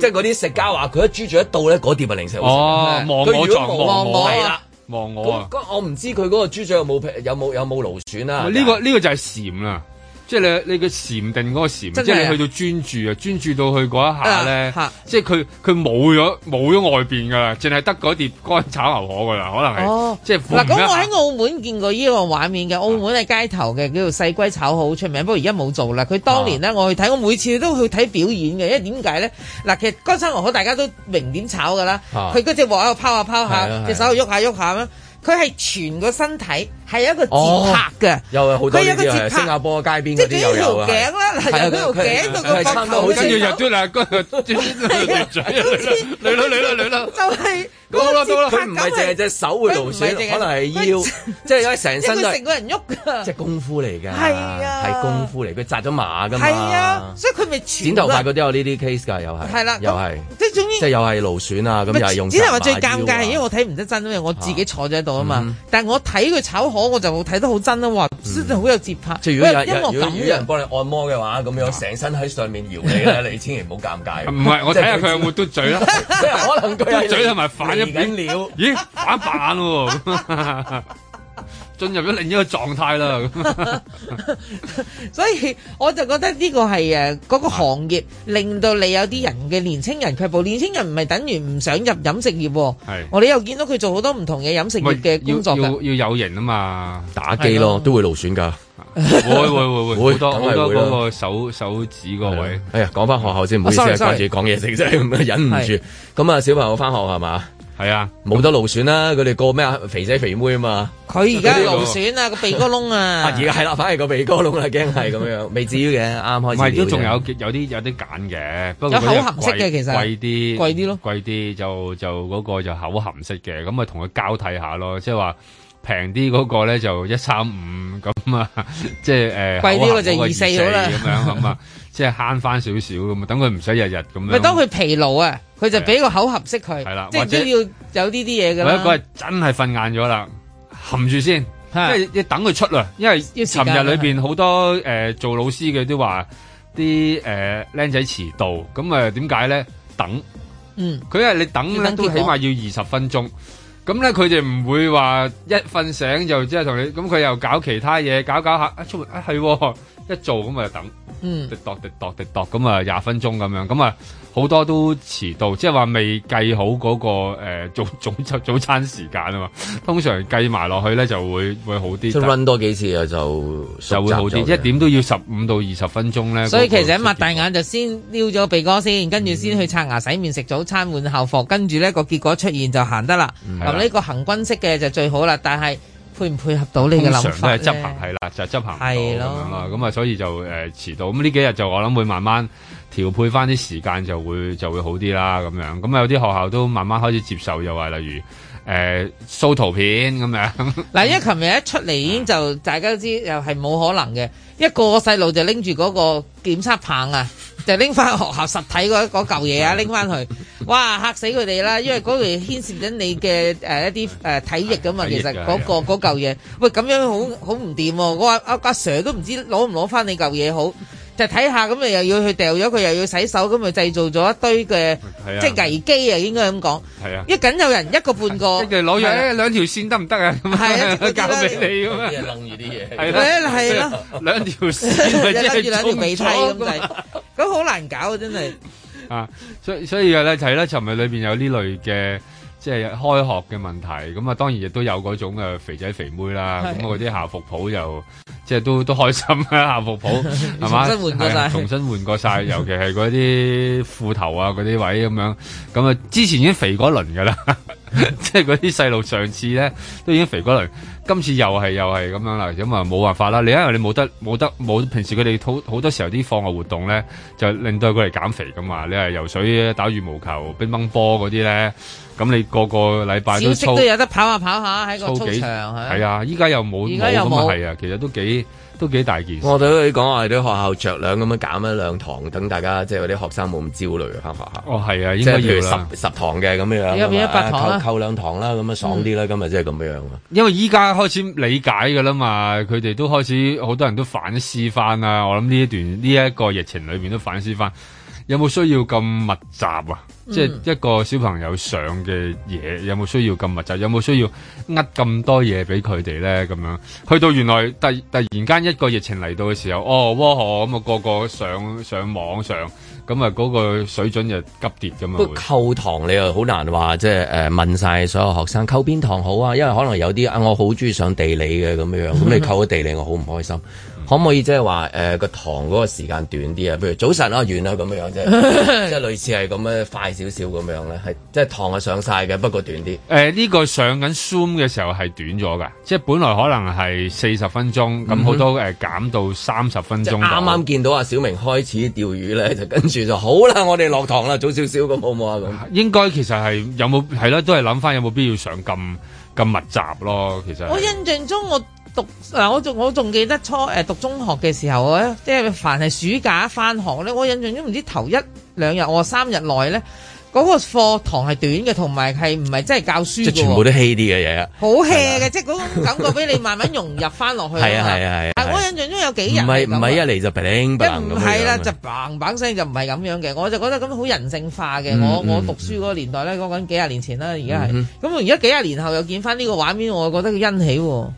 S2: 即係嗰啲食家話佢一豬嘴一到咧，嗰碟係零食好食。
S3: 哦，忘
S2: 佢
S3: 我
S2: 如果
S3: 撞
S2: 冇
S3: 忘我
S2: 係啦。，
S3: 忘我
S2: 咁
S3: 啊！
S2: 嗰我唔知佢嗰個豬嘴有冇有冇有冇勞損啊
S4: 哦
S2: 啦。
S3: 呢個呢個就係禪啦，即係你你嘅禪定嗰個禪，
S2: 真係
S3: 即
S2: 啊
S3: 係你去到專注啊，專注到佢嗰一下咧
S2: 啊嚇，
S3: 即係佢佢冇咗冇咗外邊噶啦，淨係得嗰碟乾炒牛河噶啦，可能係
S4: 哦，
S3: 即係
S4: 嗱，咁
S3: 嘣一
S4: 我
S3: 下
S4: 喺澳門見過呢個畫面
S2: 啊
S4: 嘅，澳門係街頭嘅，叫做細龜炒好出名，不過而家冇做啦。佢當年
S2: 啊
S4: 咧，我去睇，我每次都去睇表演嘅，因為點解咧？嗱，其實乾炒牛河大家都明點炒噶啦，
S12: 啊
S4: 佢嗰只鑊喺度拋下拋
S12: 係啊
S4: 下，隻手喺度喐下喐下咁樣，佢係全個身體係一個自拍嘅，
S2: 哦又係好多
S4: 佢
S2: 呢
S4: 有個
S2: 啲
S4: 節
S2: 係
S4: 拍
S2: 新加坡街邊
S4: 即
S2: 嗰
S4: 係
S2: 啲
S4: 幾
S2: 又
S4: 條
S2: 有啊，
S4: 頸啦，
S2: 係啊
S4: 嗱由嗰條頸到個
S2: 係差
S4: 膊
S2: 唔多好
S4: 頭
S2: 似
S4: 嘅時候
S3: 嘟啦，跟住嘟嘴嚟啦嚟啦嚟啦，
S4: 就係嗰
S2: 到啦
S4: 個
S2: 到啦，
S4: 節拍
S2: 佢唔係淨係隻手會勞損，可能係腰，即係因為成
S4: 即係
S2: 身都
S4: 佢
S2: 係
S4: 成個人喐㗎，
S2: 即係功夫嚟㗎，
S4: 係啊
S2: 係功夫嚟，佢扎咗馬㗎嘛，
S4: 係啊，所以佢咪
S2: 剪
S4: 全
S2: 頭髮
S4: 啦
S2: 嗰啲有呢啲 case 㗎，又係，
S4: 係啦
S2: 又係，
S4: 即係總之
S2: 即係又係勞損啊，咁又係用
S4: 只係話
S2: 紮
S4: 最
S2: 馬
S4: 尷
S2: 腰啊
S4: 尬，因為我睇唔得真，因為我自己坐咗喺度啊嘛。但係我睇佢炒河，我就睇得好真啦，哇，真係好有節拍。
S2: 嗯即係如果有
S4: 喂
S2: 人如果如果
S4: 音樂感
S2: 有人
S4: 嘅，
S2: 幫你按摩嘅話，咁樣成身喺上面搖你
S4: *laughs*
S2: 咧，你千祈唔好尷尬。
S3: 唔
S2: *laughs*
S3: 係我睇下佢有冇嘟嘴啦，
S2: 即係可能
S3: 嘟
S2: 佢係
S3: 嘴啊
S2: *laughs*
S3: 同埋反一邊
S2: 嚟緊了
S3: 咦反板喎， *laughs* 進入咗另一個狀態
S2: *laughs*
S3: 啦。咁
S4: 所以我就覺得呢個係誒嗰個行業令到你有啲人嘅年青人卻步，年青人唔係等於唔想入飲食業喎。
S3: 係
S4: 我哋又見到佢做好多唔同嘅飲食業嘅工作
S3: 要
S4: 㗎。
S3: 要要有型啊嘛，
S2: 打機咯，都會勞損㗎。
S3: 會會會
S2: 會
S3: 會好多好多
S2: 梗係會啦
S3: 嗰個手手指個位。
S2: 哎呀，講翻學校先，唔好意思啊，
S3: 啊
S2: 掛
S3: ，sorry，sorry
S2: 住講嘢食真係忍唔
S3: 係
S2: 住。咁啊，小朋友翻學係嘛？
S3: 係啊，
S2: 冇得勞損啦，佢哋個咩啊，肥仔肥妹啊嘛。
S4: 佢而家勞損啊，個鼻哥窿啊，嗯
S2: 啊，而家係啦，反而個鼻哥窿啦，驚係咁樣，未至於嘅，啱開
S3: 唔
S2: 始。
S3: 係都仲有有啲有啲揀嘅，不過
S4: 有口
S3: 嗰啲
S4: 含式嘅
S3: 貴
S4: 其實
S3: 貴啲，
S4: 貴啲咯，
S3: 貴啲就就嗰個就口含式嘅，咁啊同佢交替下咯，即係話平啲嗰個咧就一三五咁啊， *laughs* 即係誒
S4: 貴啲嗰就
S3: 口含嗰個
S4: 24好啦
S3: 24咁樣咁啊，即係慳翻少少咁啊，等佢唔使日日咁樣。
S4: 咪當佢疲勞啊，佢就俾個口合適佢，
S3: 係啦
S4: 即
S3: 或者
S4: 係都要有呢啲嘢㗎
S3: 或者
S4: 啦。
S3: 嗰日真係瞓晏咗啦，含住先，因為要等佢出啦。因為
S4: 要時間啊
S3: 尋日裏邊好多誒、呃做老師嘅都話啲誒僆仔遲到，咁誒點解咧？等，
S4: 嗯，
S3: 佢係你等
S4: 要
S3: 咧
S4: 等
S3: 都
S4: 結
S3: 起
S4: 果
S3: 碼要二十分鐘。咁咧佢哋唔會話一瞓醒就即係同你，咁佢又搞其他嘢，搞搞下啊出門啊係喎，一做咁啊就等。
S4: 嗯
S3: 滴，度滴度滴度咁啊，廿分鐘咁樣，咁啊好多都遲到，即係話未計好嗰、個、呃、早 *laughs* 早早餐時間啊嘛。通常計埋落去咧就會會好啲，
S2: 即係
S3: 就
S2: run 多幾次啊，就
S3: 就會好啲。一點都要十五到二十分鐘咧。
S4: 所以其實一
S3: 嗰個
S4: 擘大眼就先撩咗鼻哥先，跟住先去刷牙、洗面、食早餐、換校服，跟住呢個結果出現就行得啦。
S3: 嗯
S4: 咁呢個行軍式嘅就最好啦，但係配唔配合到你嘅
S3: 通常
S4: 諗
S3: 都係
S4: 法呢
S3: 執行係啦，就係執行唔到
S4: 係
S3: 咁
S4: 咯
S3: 樣啦。咁啊，所以就誒、呃、遲到。咁呢幾日就我諗會慢慢調配翻啲時間，就會就會好啲啦。咁樣咁啊有啲學校都慢慢開始接受，又話例如誒、呃、掃圖片咁樣。 *laughs*
S4: 嗱，因為琴日一出嚟已經就大家都知又係冇可能嘅，一個個細路就拎住嗰個檢測
S3: *laughs*
S4: 棒啊，就拎翻學校實體嗰嗰嚿嘢啊，拎翻去，哇嚇死佢哋啦！因為嗰度牽涉緊你嘅誒一啲誒體液咁嘛，
S12: 體液
S4: 其
S12: 㗎
S4: 實嗰、個嗰嚿嘢，喂咁樣好好唔掂喎！我話阿阿 Sir 都唔知攞唔攞翻你嚿嘢好。就睇下咁，你又要去掉咗佢，又要洗手，咁咪製造咗一堆嘅
S3: 係啊
S4: 即係危機啊！應該咁講，
S3: 係啊
S4: 一緊有人一個半個，
S3: 即係攞
S4: 係啦
S3: 咗兩條線得唔得啊？咁
S4: 係
S3: *laughs*
S4: 啊
S3: 交俾你咁
S2: 一
S3: 啊，
S2: 楞住啲嘢。
S3: 係
S4: 係啦係啦，
S3: 兩條
S4: *laughs*
S3: 線咪即係
S4: 兩條鼻涕
S2: *laughs*
S4: 咁
S3: 中咗
S4: 滯，咁好難搞啊！真係
S3: 啊！所以所以咧就係咧，尋日裏邊有呢類嘅。即係開學嘅問題，咁啊當然亦都有嗰種誒肥仔肥妹啦，咁啊
S4: 係
S3: 嗰啲校服鋪又即係都都開心啦， *laughs* 校服鋪
S4: *laughs*
S3: 係嘛，
S4: 重新換過晒
S3: 係啊重新換過
S4: *laughs*
S3: 晒，尤其係嗰啲褲頭啊嗰啲位咁樣，咁啊之前已經肥過一輪㗎啦， *laughs* 即係嗰啲細路上次咧都已經肥過一輪，今次又係又係咁樣啦，咁啊冇辦法啦，你因為你冇得冇得冇，平時佢哋好好多時候啲課外活動咧就令到佢哋減肥㗎嘛，你係游水、打羽毛球、乒乓波嗰啲咧，咁你個個禮拜
S4: 小
S3: 都
S4: 息
S3: 操
S4: 都。有得跑下跑下喺個操場
S3: 幾係
S4: 係啊，
S3: 啊！依家又冇
S4: 依
S3: 冇
S4: 家又
S3: 咁啊，
S4: 冇
S3: 係啊，其實都幾都幾大件事。
S2: 我對佢講話，你啲學校着兩咁樣減一兩堂，等大家即係嗰啲學生冇咁焦慮翻學校。
S3: 哦，係啊，應
S2: 即係
S3: 該
S2: 譬如
S3: 要啦。
S2: 十十堂嘅咁樣樣，
S4: 而家變咗八堂嗯啦
S2: 啊扣扣兩堂啦，咁啊爽啲啦，今日即係咁樣樣啊。
S3: 因為依家開始理解㗎啦嘛，佢哋都開始好多人都反思翻啦。我諗呢一段呢一個疫情裏面都反思翻，有冇需要咁密集啊？
S2: 嗯
S3: 即係一個小朋友上嘅嘢，有冇需要咁密集？有冇需要呃咁多嘢俾佢哋咧？咁樣去到原來突突然間一個疫情嚟到嘅時候，哦，窩河咁啊，個個上上網上，咁啊嗰個水準就急跌咁
S2: 不
S3: 啊
S2: 過。扣堂你哎又好難話，即係誒問晒所有學生扣
S4: *laughs*
S2: 邊堂好啊？因為可能有啲啊，我好中意上地理嘅咁樣樣，咁你扣咗地理，我好唔開心。可唔可以即係話誒個堂嗰個時間短啲啊？譬如早晨啊，完啦咁樣即
S4: *laughs*
S2: 係即係類似係咁樣快少少咁樣咧，係即係堂係上晒嘅，不過短啲。
S3: 呃誒呢、個上緊 Zoom 嘅時候係短咗㗎，即係本來可能係四十分鐘，咁好、多誒、呃減到三十分
S2: 嗯即係
S3: 鐘。
S2: 啱啱見到阿小明開始釣魚咧，就跟住就好啦，我哋落堂啦，早少少咁好唔好啊？咁
S3: 應該其實係有冇係啦，都係諗翻有冇必要上咁咁密集咯。其實
S4: 我印象中我讀嗱，我仲我仲記得初誒讀中學嘅時候咧，即係凡係暑假翻學咧，我印象中唔知頭一兩日，我三日內咧嗰、個課堂係短嘅，同埋係唔係真係教書
S2: 即
S4: 嘅
S2: 係全部都
S4: 喎。
S2: 稀啲嘅嘢啊！
S4: 好 hea 嘅，即係嗰種感覺俾你慢慢融入翻落去。
S2: 係啊係啊係啊
S4: 但我印象中有幾
S2: 唔
S4: 日啊
S2: 係
S4: 咁
S2: 唔係一嚟就 bling
S3: 啊
S4: 一
S2: bling
S4: 唔
S2: 咁樣啊
S4: 係啦，
S2: 樣
S4: 就 bang bang 聲就唔係咁樣嘅，我就覺得咁好人性化嘅。
S2: 嗯
S4: 我我
S2: 嗯
S4: 讀書嗰個年代咧，講緊幾廿年前啦，而家係
S3: 嗯
S4: 咁。而家幾廿年後又見翻呢個畫面，我覺得佢欣喜喎。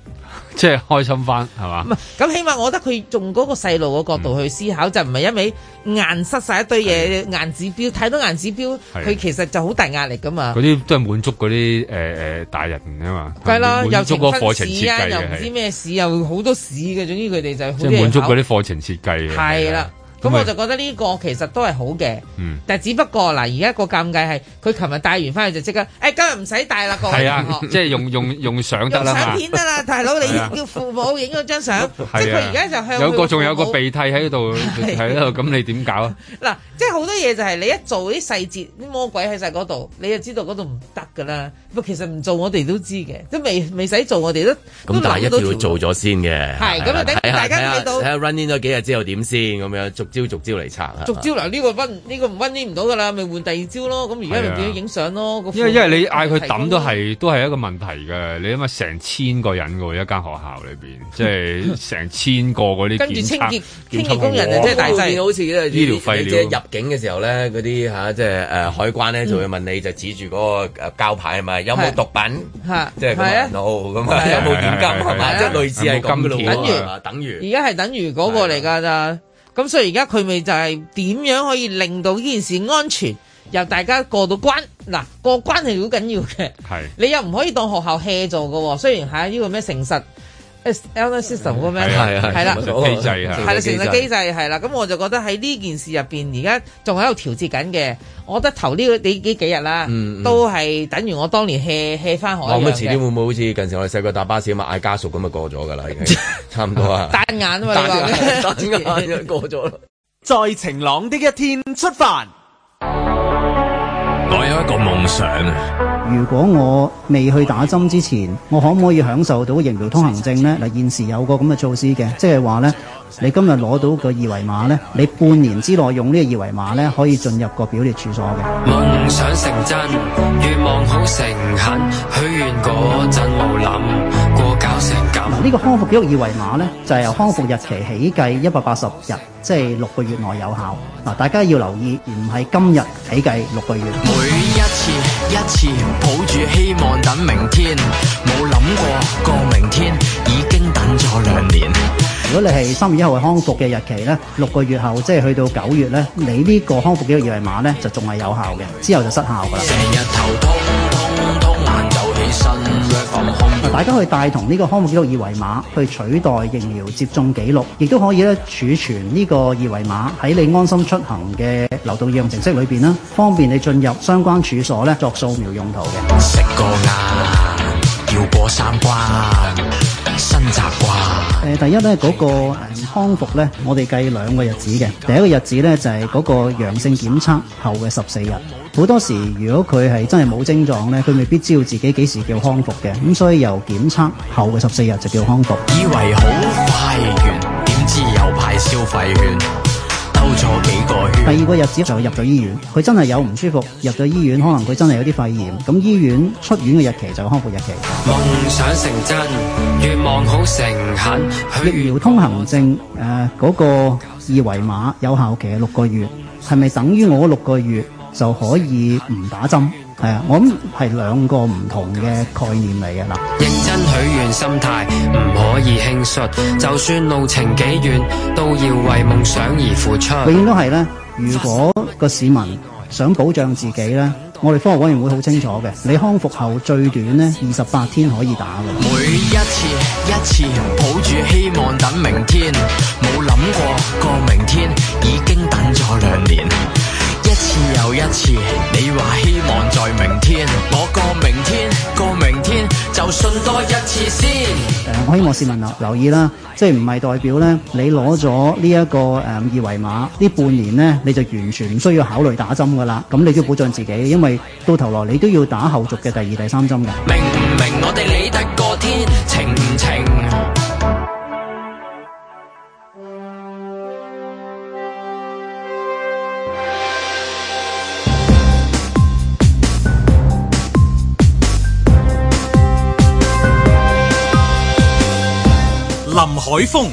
S3: 即係開心翻係嘛？
S4: 咁起碼我覺得佢用嗰個細路嘅角度去思考，就唔係因為硬塞晒一堆嘢、硬指標，太多硬指標，
S3: 係
S4: 佢其實就好大壓力噶嘛
S3: 嗰。啲都係滿足嗰啲誒誒大人啊嘛，
S4: 梗係啦，又
S3: 滿足
S4: 情
S3: 嗰個課程
S4: 分
S3: 設
S4: 試啊，
S3: 計
S4: 又唔
S3: 嘅
S4: 知
S3: 係，
S4: 咩試，又好多試嘅。總之佢哋就好
S3: 即
S4: 多
S3: 係
S4: 嘢
S3: 滿足嗰啲
S4: 考
S3: 課程設計嘅。
S4: 係啦，
S3: 咁
S4: 咁
S3: 咪
S4: 我就覺得呢個其實都係好嘅。
S3: 嗯，
S4: 但只不過嗱，而家個尷尬係佢琴日帶完翻去就即刻，誒、今日唔使帶啦，各位
S3: 係啊
S4: 同，學。
S3: 即係用用用相得
S4: 用
S3: 啦
S4: 相
S3: 嘛。
S4: 片得啦，大佬你
S3: 係啊
S4: 叫父母影咗張相，即係
S3: *laughs* 係
S4: 佢
S3: 啊，
S4: 而家就向
S3: 有
S4: 佢
S3: 個仲有個
S4: 父母
S3: 鼻涕喺度，
S4: 係
S3: 喺度，咁你點搞啊？
S4: 嗱，即係好多嘢就係你一做啲細節，啲魔鬼喺晒嗰度，你就知道嗰度唔得噶啦。不過其實唔做我哋都知嘅，都未未使做我哋都
S2: 咁但係一
S4: 都
S2: 定要做咗先嘅，
S4: 係咁啊等
S2: 睇下
S4: 大家
S2: 睇下
S4: 睇到
S2: 睇下 run in 咗幾日之後點先咁樣，逐招逐招嚟拆啊！
S4: 逐招嗱，呢個温呢個唔温呢唔到噶啦，咪換第二招咯。咁而家咪變咗影相咯。個
S3: 因為因為你嗌佢
S4: 提供
S3: 抌都係都係一個問題嘅，你諗下成千個人嘅喎，一間學校裏邊，即係成千個嗰啲
S2: 跟住
S3: 檢
S2: 清
S3: 測
S2: 潔
S3: 檢測
S2: 清潔工人啊
S3: 項目
S2: 真係大劑見到好似即係
S3: 醫療廢
S2: 你
S3: 料
S2: 即係入境嘅時候咧，嗰啲嚇即係誒海關咧就會問你就指住嗰個誒膠牌係咪有冇
S4: 係
S2: 毒品？
S4: 嚇，
S2: 即係咁
S4: 係
S2: 啊
S4: 啊，
S2: ，no 咁
S4: 係
S2: 啊，
S4: 啊
S2: 有冇現金係
S4: 係
S2: 嘛？
S4: 啊
S2: 即係類似係咁嘅咯
S4: 等於
S2: 喎，係嘛啊等於啊
S4: 而家係等於嗰個嚟㗎咋。咁所以而家佢咪就係點樣可以令到呢件事安全，由大家過到關嗱過關係好緊要嘅。
S3: 係
S4: 你又唔可以當學校 hea 做嘅喎，雖然係呢個咩誠實 e l d e r system 嗰個咩
S2: 係啊係啊
S4: 係啦哦
S2: 誠實機制啊
S4: 係啦
S2: 誠實機
S4: 誠
S2: 制
S4: 實機制係啦，咁我就覺得喺呢件事入邊而家仲喺度調節緊嘅，我覺得頭呢個呢呢幾日啦
S2: 嗯嗯，
S4: 都係等於我當年 hea hea 翻學
S2: 我
S4: 一
S2: 咁
S4: 樣
S2: 啊，遲啲會
S4: 嘅
S2: 唔會好似近時我哋細個搭巴士咁啊嗌家屬咁啊過咗㗎啦，已經差唔多啊。
S4: 單眼啊嘛，你話
S5: *laughs*
S4: 咩
S2: 單
S5: 啊
S2: 眼過咗啦。
S5: 在晴朗的一天出發。
S12: 我有一個夢想啊，
S13: 如果我未去打針之前，我可唔可以享受到疫苗通行證呢？嗱，現時有個咁嘅措施嘅，即係話呢，你今日攞到個二維碼呢，你半年之內用呢個二維碼呢，可以進入個表列處所嘅。
S14: 夢想成真，願望好誠懇，許願嗰陣冇諗過搞成咁。
S13: 嗱，呢個康復記錄二維碼呢，就係、由康復日期起計一百八十日，即係六個月內有效。嗱，大家要留意，而唔係今日起計六個月。
S14: 每一次一次抱住希望等明天，冇諗過個明天已經等咗兩年。
S13: 如果你係三月一號係康復嘅日期呢，六個月後即係去到九月呢，你呢個康復記錄二維碼呢，就仲係有效嘅，之後就失效㗎啦。
S14: 成日頭痛痛痛，晏晝起身 work from home
S13: 大家去帶同呢個康復記錄二維碼去取代疫苗接種記錄，亦都可以咧儲存呢個二維碼喺你安心出行嘅流動應用程式裏邊啦，方便你進入相關處所咧作掃描用途嘅。
S14: 食個晏，要過三關，新習慣。
S13: 誒、第一咧嗰、個誒康復咧，我哋計兩個日子嘅。第一個日子咧就係、嗰個陽性檢測後嘅十四日。好多時如果佢係真係冇症狀咧，佢未必知道自己幾時叫康復嘅。咁所以由檢測後嘅十四日就叫康復。
S14: 以為好快完，點知又派消費券，兜咗幾個圈。
S13: 第二個日子就入咗醫院，佢真係有唔舒服，入咗醫院，可能佢真係有啲肺炎。咁醫院出院嘅日期就康復日期。
S14: 夢想成真，願望好誠懇，
S13: 疫苗通行證誒嗰、個二維碼有效期係六個月，係咪等於我六個月就可以唔打針？係啊，我諗係兩個唔同嘅概念嚟嘅嗱。
S14: 認真許願心態唔可以輕率，就算路程幾遠，都要為夢想而付出。
S13: 永遠都係咧，如果個市民想保障自己咧，我哋科學委員會好清楚嘅，你康復後最短呢二十八天可以打嘅。
S14: 每一次一次抱住希望等明天，冇諗過個明天已經等咗兩年。一次又一次，你話希望在明天，我個明天個明天就信多一次先。
S13: 誒、呃我希望市民留留意啦，即係唔係代表呢？你攞咗呢一個誒、二維碼呢半年呢，你就完全唔需要考慮打針噶啦。咁你都要保障自己，因為到頭來你都要打後續嘅第二、第三針㗎。
S14: 明唔明我哋理得個天晴唔晴？
S2: 林海峰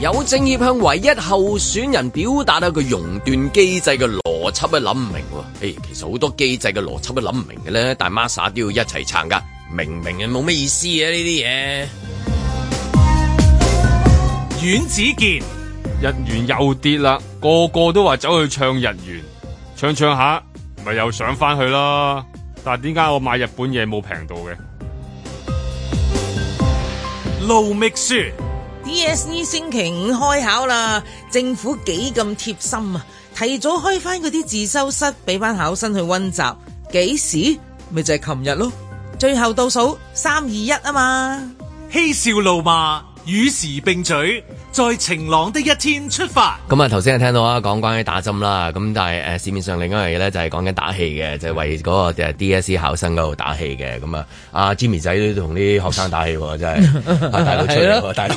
S2: 有正業向唯一候選人表達一個熔斷機制嘅邏輯都諗唔明喎。誒，其實好多機制嘅邏輯都諗唔明嘅咧，大孖沙都要一齊撐噶，明唔明啊？冇咩意思啊呢啲嘢。
S3: 阮子健，日元又跌啦，個個都話走去唱日元，唱唱下咪又上翻去啦。但係點解我買日本嘢冇平到嘅？
S1: 路觅雪，
S4: DSE E 星期五開考啦，政府幾咁貼心啊！提早開翻嗰啲自修室俾班考生去温習，幾時？咪就係琴日咯。最後倒數三二一啊嘛！
S1: 嬉笑怒罵，與時並舉，在晴朗的一天出發。
S2: 咁啊，頭先係聽到啊，講關於打針啦，咁但係誒、呃市面上另一樣嘢咧，就係講緊打氣嘅，就係、為嗰呃個 DSE E 考生嗰度打氣嘅，咁啊，阿 Jimmy 仔都同啲學生打氣喎，真
S4: *laughs*
S2: 係啊大佬出嚟喎，
S4: 係咯 *laughs*
S2: 大佬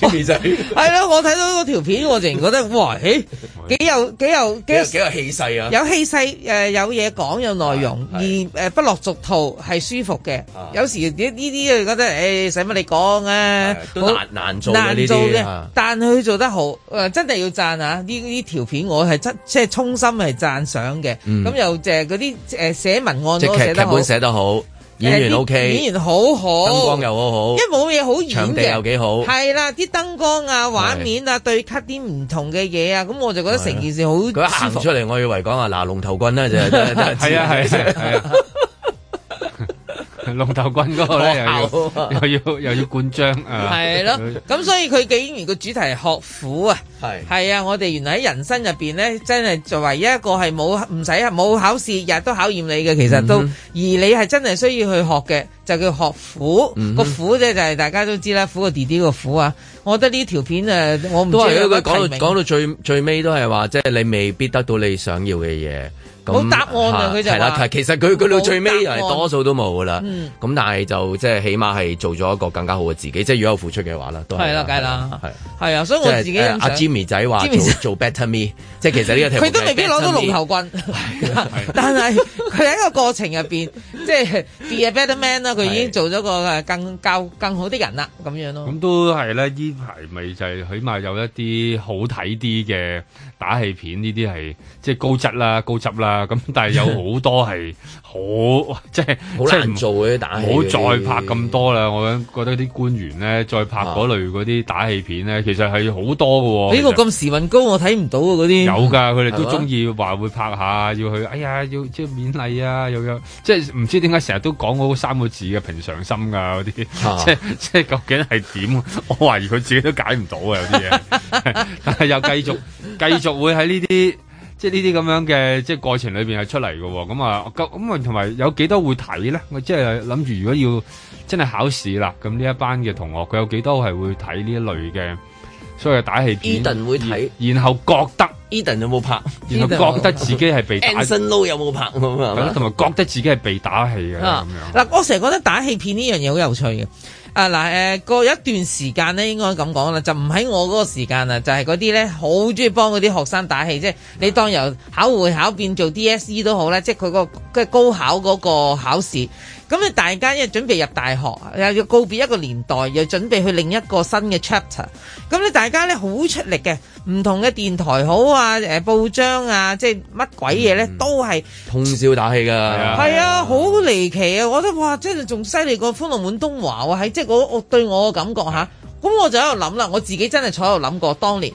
S2: Jimmy 仔
S4: 係咯，我睇到嗰條片，我淨覺得哇，咦，幾有幾有幾
S2: 幾有幾有氣勢啊！
S4: 有氣勢，誒、有嘢講，有內容，而誒、不落俗套，係舒服嘅。有時呢呢啲覺得誒使乜你講啊，
S2: 都
S4: 好
S2: 難難做嘅
S4: 難做
S2: 呢啲
S4: 嘅
S2: 啊，
S4: 但佢做得好，誒、真係要讚啊！呢呢條片我係真即係衷心係讚賞嘅。咁、
S2: 嗯
S4: 又就係嗰啲誒寫文案
S2: 即
S4: 嗰個
S2: 係劇
S4: 啊寫
S2: 劇
S4: 得好
S2: 本，寫得好，演員
S4: 誒啲
S2: OK，
S4: 演員好好，
S2: 燈光又好好，
S4: 因為冇嘢好演嘅，
S2: 場地又幾好
S4: 係啦，啲燈光啊、畫面啊、對 cut 啲唔同嘅嘢啊，咁我就覺得成件事好舒服
S2: 佢一行出嚟，我以為講啊嗱龍頭棍啦，就
S4: *laughs*
S2: 係
S3: 係啊係啊係啊。龍頭軍嗰個咧
S2: 學校啊
S4: *laughs*
S3: 又要又要又要灌章啊！
S4: 係咯，
S2: *laughs*
S4: 咁所以佢竟然個主題係學苦啊，
S2: 係
S4: 係啊，我哋原來喺人生入邊咧，真係作為一個係冇唔使啊冇考試，日日都考驗你嘅，其實都，
S2: 嗯哼
S4: 而你係真係需要去學嘅，就叫學苦。
S2: 嗯哼
S4: 個苦啫，就係大家都知啦，苦過弟弟個苦啊。我覺得呢條片啊，我唔知
S2: 都係
S4: 有
S2: 佢講
S4: 冇提
S2: 到
S4: 名
S2: 講到最最尾都係話，即係你未必得到你想要嘅嘢。咁
S4: 冇答案啊佢就
S2: 係啦
S4: 話，
S2: 其實佢佢到最尾
S4: 冇答
S2: 係
S4: 案
S2: 多數都冇噶啦。
S4: 嗯
S2: 咁但係就即係起碼係做咗一個更加好嘅自己，即係如果有付出嘅話啦，都係
S4: 係啦梗係啦
S2: 係。
S4: 係啊，所以我
S2: 即係
S4: 自己
S2: 誒
S4: 欣
S2: 阿
S4: 賞
S2: Jimmy 仔話
S4: Jimmy
S2: 做做 better me，即係其實呢個題目
S4: 佢都未必攞到龍頭棍，但係佢喺一個過程入邊，即係 be a better man 啦，佢已經做咗個誒更較更好的人啦，咁樣咯。
S3: 咁都係咧，呢排咪就係起碼有一啲好睇啲嘅打戲片，呢啲係即係高質啦、高質啦。咁但係有好多係好 *laughs* 即係
S2: 好
S3: 即係
S2: 難
S3: 唔
S2: 做嘅啲打
S3: 唔
S2: 戲
S3: 好
S2: 嗰啲
S3: 再拍咁多啦。我諗覺得啲官員咧再拍
S2: 啊
S3: 嗰類嗰啲打戲片咧，其實係好多嘅喎。
S4: 呢個
S3: 其實
S4: 咁時運高，我睇唔到啊嗰啲。
S3: 有㗎，佢哋都中
S4: 意。
S3: 意話會拍下，要去哎呀，要即係勉勵啊，又有即係唔知點解成日都講嗰三個字嘅平常心㗎嗰啲，
S2: 啊
S3: 即係即係究竟係點？我懷疑佢自己都解唔到啊有啲嘢，但係 *laughs* 又繼續繼續會喺呢啲。即係呢啲咁樣嘅即係過程裏邊係出嚟嘅喎，咁啊咁咁啊同埋有幾多會睇咧？我即係諗住如果要真係考試啦，咁呢一班嘅同學佢有幾多係會睇呢一類嘅所謂打戲片
S2: Eden 會睇
S3: 然然後覺得
S2: Eden 有冇拍，
S3: 然後覺得自己係被打
S2: Anson Lo 有冇拍咁
S3: 係咯
S2: 啊？
S3: 同埋覺得自己係被打氣嘅咁
S4: 啊
S3: 樣。
S4: 嗱，我成日覺得打戲片呢樣嘢好有趣嘅。啊嗱，誒過一段時間咧，應該咁講啦，就唔喺我嗰個時間啊啦，就係嗰啲咧好中意幫嗰啲學生打氣，即係你當由考會考變做 DSE 都好啦，即係佢個嘅高考嗰個考試。咁咧，大家因為準備入大學，又要告別一個年代，又準備去另一個新嘅 chapter。咁咧，大家咧好出力嘅，唔同嘅電台好啊，誒報章啊，即係乜鬼嘢咧，都
S3: 嗯
S4: 係。
S2: 通宵打戲㗎，
S4: 係啊，好離奇啊！我覺得哇，真係仲犀利過《歡樂滿東華》
S3: 嗯
S4: 喎，係即係我我對我嘅感覺吓。咁我就喺度諗啦，我自己真係坐喺度諗過當年。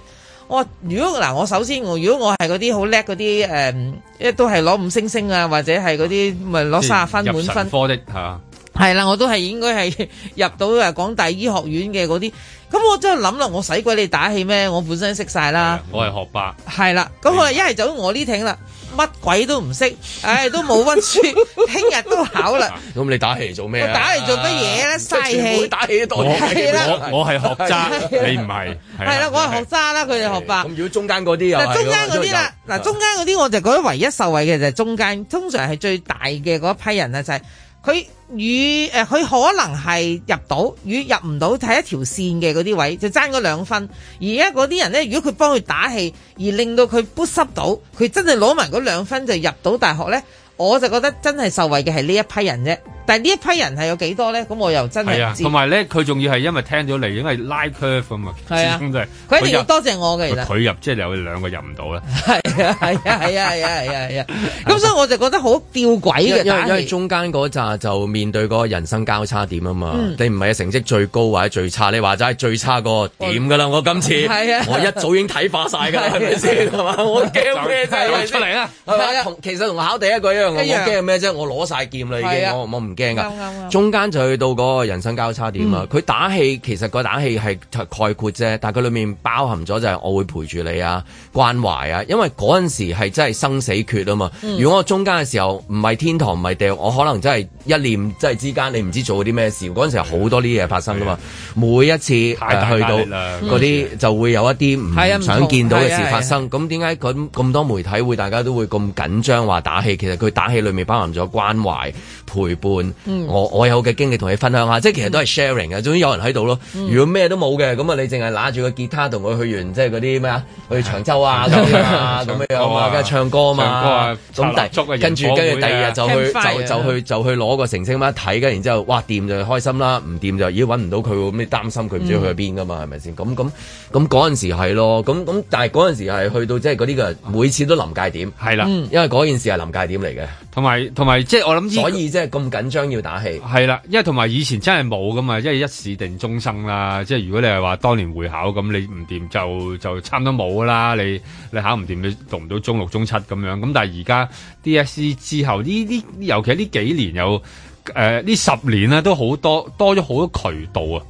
S4: 我話如果嗱，我首先我如果我係嗰啲好叻嗰啲誒，一都係攞五星星啊，或者係嗰啲咪攞三十分滿
S3: 嗯入
S4: 分
S3: 神。科的嚇，
S4: 係啦，我都係應該係入到誒港大醫學院嘅嗰啲。咁我真係諗啦，我使鬼你打氣咩？我本身識晒啦，
S3: 我係學啊霸。
S4: 係啦。咁我一係走我呢挺啦，乜鬼都唔識，唉，都冇温書，聽日都考啦。
S2: 咁你打氣做咩啊？
S4: 我打嚟做乜嘢咧？嘥氣，
S2: 打氣多
S4: 我係啦，
S3: 我我係學渣，
S4: 係啦啊
S3: 你唔係。啊
S4: 係啦，我係學渣啦，佢哋學霸。咁
S2: 如果中間嗰啲又係
S4: 嗱，中間嗰啲啦，
S2: 咁啊
S4: 嗱，中間嗰啲我就覺得唯一受惠嘅就係中間，通常係最大嘅嗰一批人啊，就係佢與呃誒，佢可能係入到與入唔到係一條線嘅嗰啲位，就爭嗰兩分。而家嗰啲人咧，如果佢幫佢打氣，而令到佢 boost 濕到，佢真係攞埋嗰兩分就入到大學咧。我就覺得真係受惠嘅係呢一批人啫，但係呢一批人係有幾多咧？咁我又真
S3: 係
S4: 係唔
S3: 啊，
S4: 知
S3: 同。埋咧，佢仲要係因為聽咗你，因為拉 curve 啊嘛，始
S4: 係啊
S3: 終都係
S4: 佢一定要
S3: 入
S4: 多謝我嘅，其實。
S3: 佢入即係有兩個入唔到啦。
S4: 係啊係啊係啊係啊係啊係啊，咁所以我就覺得好吊詭
S2: 因為
S4: 嘅
S2: 因為
S4: 打
S2: 因為
S4: 氣。
S2: 中間嗰扎就面對嗰個人生交叉點啊嘛，
S4: 嗯
S2: 你唔係成績最高或者最差，你話齋最差嗰個點㗎啦，我今次
S14: 係啊
S2: 我一早已經睇化晒㗎啦，
S14: 係啊
S2: 係咪先係嘛？我驚咩啫？係咪
S14: 走
S2: 先
S14: 出嚟啊
S2: 係咪同其實同考第一個一樣，我
S14: 一樣
S2: 驚咩啫？我攞晒劍啦已
S14: 係
S2: 經，
S14: 啊
S2: 我我唔驚
S14: 啱啱
S2: 㗎。
S14: 啱
S2: 中間就去到嗰個人生交叉點啊！佢打氣其實個打氣係概括啫，但係佢裡面包含咗就係我會陪住你啊、關懷啊，因為嗰陣時係真係生死決啊嘛。
S14: 嗯
S2: 如果我中間嘅時候唔係天堂唔係地獄，我可能真係一念即係之間，你唔知做啲咩事。嗰陣時有好多呢啲嘢發生噶嘛，每一次
S3: 太大
S2: 呃去到
S3: 壓力啦
S2: 嗰啲就會有一
S3: 係啊
S2: 啲
S3: 唔
S2: 唔
S3: 同
S2: 想見到嘅
S3: 係
S2: 事
S3: 啊
S2: 發生。咁點解咁咁多媒體會大家都會咁緊張話打氣？其實佢打氣裡面包含咗關懷、陪伴。
S14: 嗯
S2: 我我有嘅經歷同你分享下，即係其實都係
S3: 嗯
S2: sharing 嘅。總之有人喺度咯。
S14: 嗯
S2: 如果咩都冇嘅，咁啊你淨係揦住個吉他同佢去完即係嗰啲咩啊，去長
S3: *laughs*
S2: 洲啊咁樣啊咁樣啊，跟住
S3: 唱
S2: 唱歌啊
S3: 歌啊
S2: 嘛。
S3: 插蠟燭啊
S2: 咁第跟
S3: 營
S2: 住
S3: 火會啊
S2: 跟住第二日就去
S3: Campfire
S2: 就就去就去攞個成績咁一睇，跟住然之後哇掂就開心啦，唔掂就咦揾唔到佢喎，咁你擔心佢唔知去咗邊噶嘛，係咪先？咁咁咁嗰陣時係咯，咁咁但係嗰陣時係去到即係嗰啲嘅每次都臨界點，
S3: 係啦嗯
S2: 因為嗰件事係臨界點嚟嘅，
S3: 同埋同埋即係我諗，
S2: 所以即係咁緊張要打氣。
S3: 係啦，因為同埋以前真係冇噶嘛，因為一試定終生啦。即係如果你係話當年會考咁，你唔掂就就差唔多冇噶啦。你你考唔掂，你讀唔到中六中七咁樣。咁但係而家 DSE 之後，呢啲尤其係呢幾年有誒呢十年啦，都好多多咗好多渠道啊。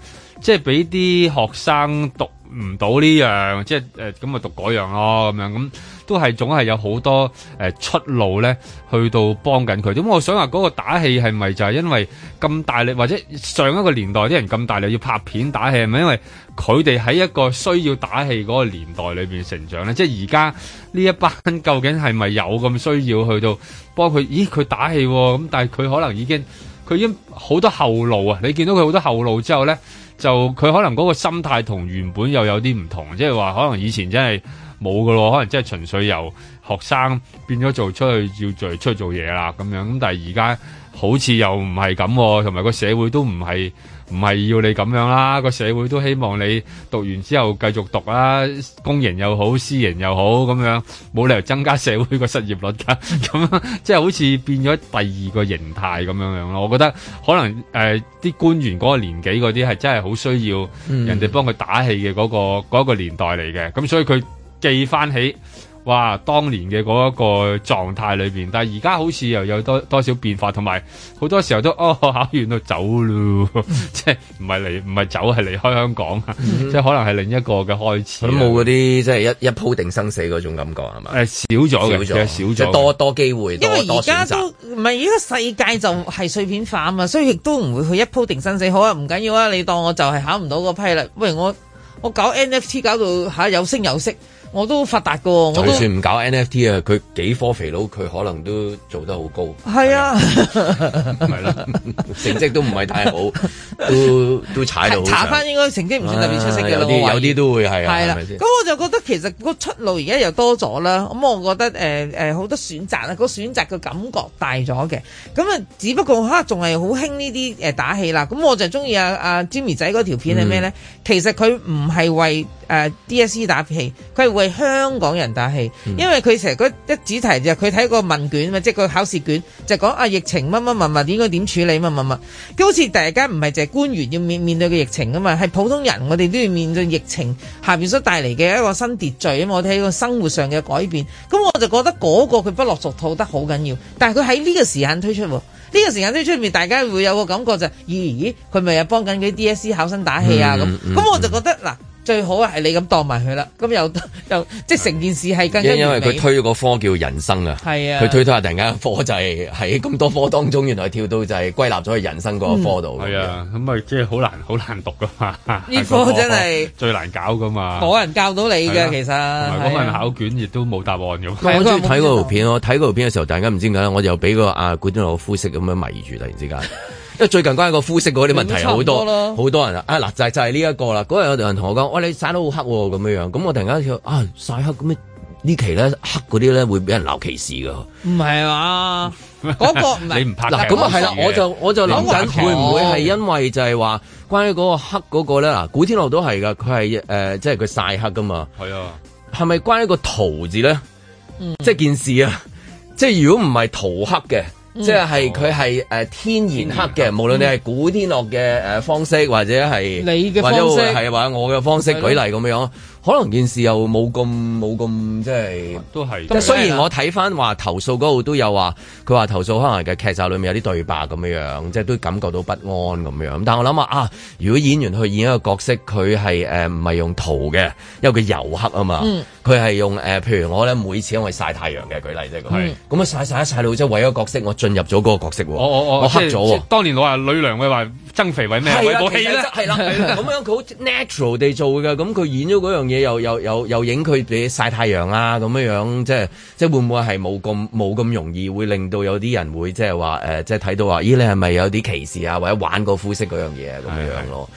S3: 即係俾啲學生讀唔到呢樣，即係誒咁咪讀嗰樣咯，咁樣咁都係總係有好多誒、呃出路咧，去到幫緊佢。咁我想話嗰個打氣係咪就係因為咁大力，或者上一個年代啲人咁大力要拍片打氣，係咪因為佢哋喺一個需要打氣嗰個年代裏邊成長咧？即係而家呢一班究竟係咪有咁需要去到幫佢？咦，佢打氣喎、咁但係佢可能已經。佢已經好多後路啊！你見到佢好多後路之後咧，就佢可能嗰個心態同原本又有啲唔同，即係話可能以前真係冇噶咯，可能真係純粹由學生變咗做出去要做出去做嘢啦咁樣。咁但係而家好似又唔係咁喎，同埋個社會都唔係。唔係要你咁樣啦，個社會都希望你讀完之後繼續讀啦，公營又好，私營又好咁樣，冇理由增加社會個失業率㗎。 *laughs* 咁即係好似變咗第二個形態咁樣樣咯。我覺得可能誒啲、官員嗰個年紀嗰啲係真係好需要
S2: 嗯
S3: 人哋幫佢打氣嘅嗰、個嗰一個年代嚟嘅，咁所以佢記翻起。哇！當年嘅嗰一個狀態裏邊，但係而家好似又有多多少變化，同埋好多時候都 *laughs* 哦考完就走咯， *laughs* 即係唔係嚟唔係走係離開香港，啊即係可能係另一個嘅開始。啊
S2: 咁冇嗰啲即係一一鋪定生死嗰種感覺係嘛？
S3: 誒少咗嘅，其實少咗
S2: 即係
S3: 嘅
S2: 多多機會，
S4: 因
S2: 多
S4: 為而
S2: 多
S4: 家
S2: 選
S4: 都
S2: 擇。
S4: 唔係而家世界就係碎片化啊嘛，所以亦都唔會去一鋪定生死。好啊，唔緊要啊，你當我就係考唔到嗰批啦。喂，我我搞 NFT 搞到嚇有聲有色，我都發達噶，我
S2: 就
S4: 都
S2: 算唔搞 NFT 啊，佢幾科肥佬，佢可能都做得好高，
S4: 係啊，
S2: 係啦， *laughs* 成績都唔係
S4: *laughs*
S2: 太好，都都踩到好上。
S4: 查翻應該成績唔算特別出色嘅
S2: 啊有
S4: 啦。我
S2: 啲
S4: 懷
S2: 有
S4: 疑
S2: 啲都會係啊，
S4: 係
S2: 係
S4: 啦
S2: 咪，先
S4: 咁？我就覺得其實個出路而家又多咗啦，咁我覺得誒誒好多選擇啦，個選擇嘅感覺大咗嘅，咁啊只不過嚇仲係好興呢啲誒打氣啦，咁我就中意阿阿 Jimmy 仔嗰條片係咩咧？其實佢唔係為誒、呃誒 DSE E 打氣，佢係為香港人打氣，因為佢成日嗰一子題就係佢睇個問卷嘛，即係個考試卷就講啊疫情乜乜乜乜應該點處理乜乜乜，佢好似大家唔係淨係官員要面面對嘅疫情啊嘛，係普通人我哋都要面對疫情下邊所帶嚟嘅一個新秩序啊嘛，我哋喺個生活上嘅改變，咁我就覺得嗰個佢不落俗套得好緊要，但係佢喺呢個時間推出喎。呢個時間推出面，大家會有個感覺就係咦咦，佢咪又幫緊嗰啲 DSE 考生打氣啊咁。咁、
S2: 嗯嗯
S4: 我就覺得嗱，最好係你咁當埋佢啦。咁又 *laughs* 又即係成件事係更加
S2: 因因為
S4: 完美
S2: 佢推嗰科叫人生啊，
S4: 係啊
S2: 佢推推下突然間一科就係喺咁多科當中，原來跳到就係歸納咗去人生嗰個科度。
S3: 係啊，咁咪即係好難 *laughs* 好難讀噶嘛。
S4: 呢科真係
S3: 最難搞噶嘛。
S4: 冇人教到你
S3: 係啊
S4: 嘅其實。
S3: 同埋嗰
S4: 係
S3: 份
S4: 啊
S3: 考卷亦都冇答案咁。
S2: 我好中意睇嗰條片咯，睇嗰條片嘅時候，突然間唔知點解咧，我就俾個啊古天樂嘅膚色咁樣迷住，突然之間。因為最近關於個膚色嗰啲問題好
S4: 差唔多
S2: 多，
S4: 咯
S2: 好多人啊啊嗱就係就係呢一個啦。嗰日有人同我講，喂你曬得好黑喎咁樣樣，咁我突然間就啊曬黑咁呢期咧黑嗰啲咧會俾人鬧歧視噶。
S4: 唔係
S3: 啊
S4: 嘛？
S2: *laughs*
S4: 嗰個唔係
S2: 你唔拍嗱咁啊係啦，我就我就諗緊會唔會係因為就係話關於嗰個黑嗰個咧嗱，古天樂都係噶，佢係誒即係佢曬黑噶嘛，
S3: 係啊，
S2: 係咪關於個塗字咧？
S4: 嗯
S2: 即係件事啊！即係如果唔係塗黑嘅。
S3: 嗯
S2: 即係佢係誒哦天然黑嘅，無論你係古天樂嘅誒方式，或者係
S4: 你嘅
S2: 或者
S4: 方式
S2: 係話我嘅方式，
S4: 係咯
S2: 舉例咁樣，可能件事又冇咁冇咁即係
S3: 都係
S2: 即係雖然我睇翻話投訴嗰度都有話，佢話投訴可能嘅劇集裏面有啲對白咁樣樣，即係都感覺到不安咁樣。但我諗下啊，如果演員去演一個角色，佢係誒唔係用圖嘅，因為佢油黑啊嘛
S3: 嗯，
S2: 佢係、用誒、呃譬如我咧每次因為曬太陽嘅舉例即係咁，咁啊曬曬一曬到即係為咗個角色，我進入咗嗰個角色喎，
S3: 我我我
S2: 黑咗
S3: 即係
S2: 喎
S3: 即係。當年我話呂良偉話增肥為咩？
S14: 啊
S3: 為
S2: 哦係啦，
S3: 部戲
S2: 其實
S3: 咧
S2: 真，係啦，係啦咁樣佢好 natural 地做嘅，咁佢演咗嗰樣嘢又又又又影佢俾曬太陽啊，咁樣樣即係即係會唔會係冇咁冇咁容易會令到有啲人會即係話誒，即係睇到話，咦你係咪有啲歧視啊，或者玩個膚色嗰樣嘢啊咁樣樣咯。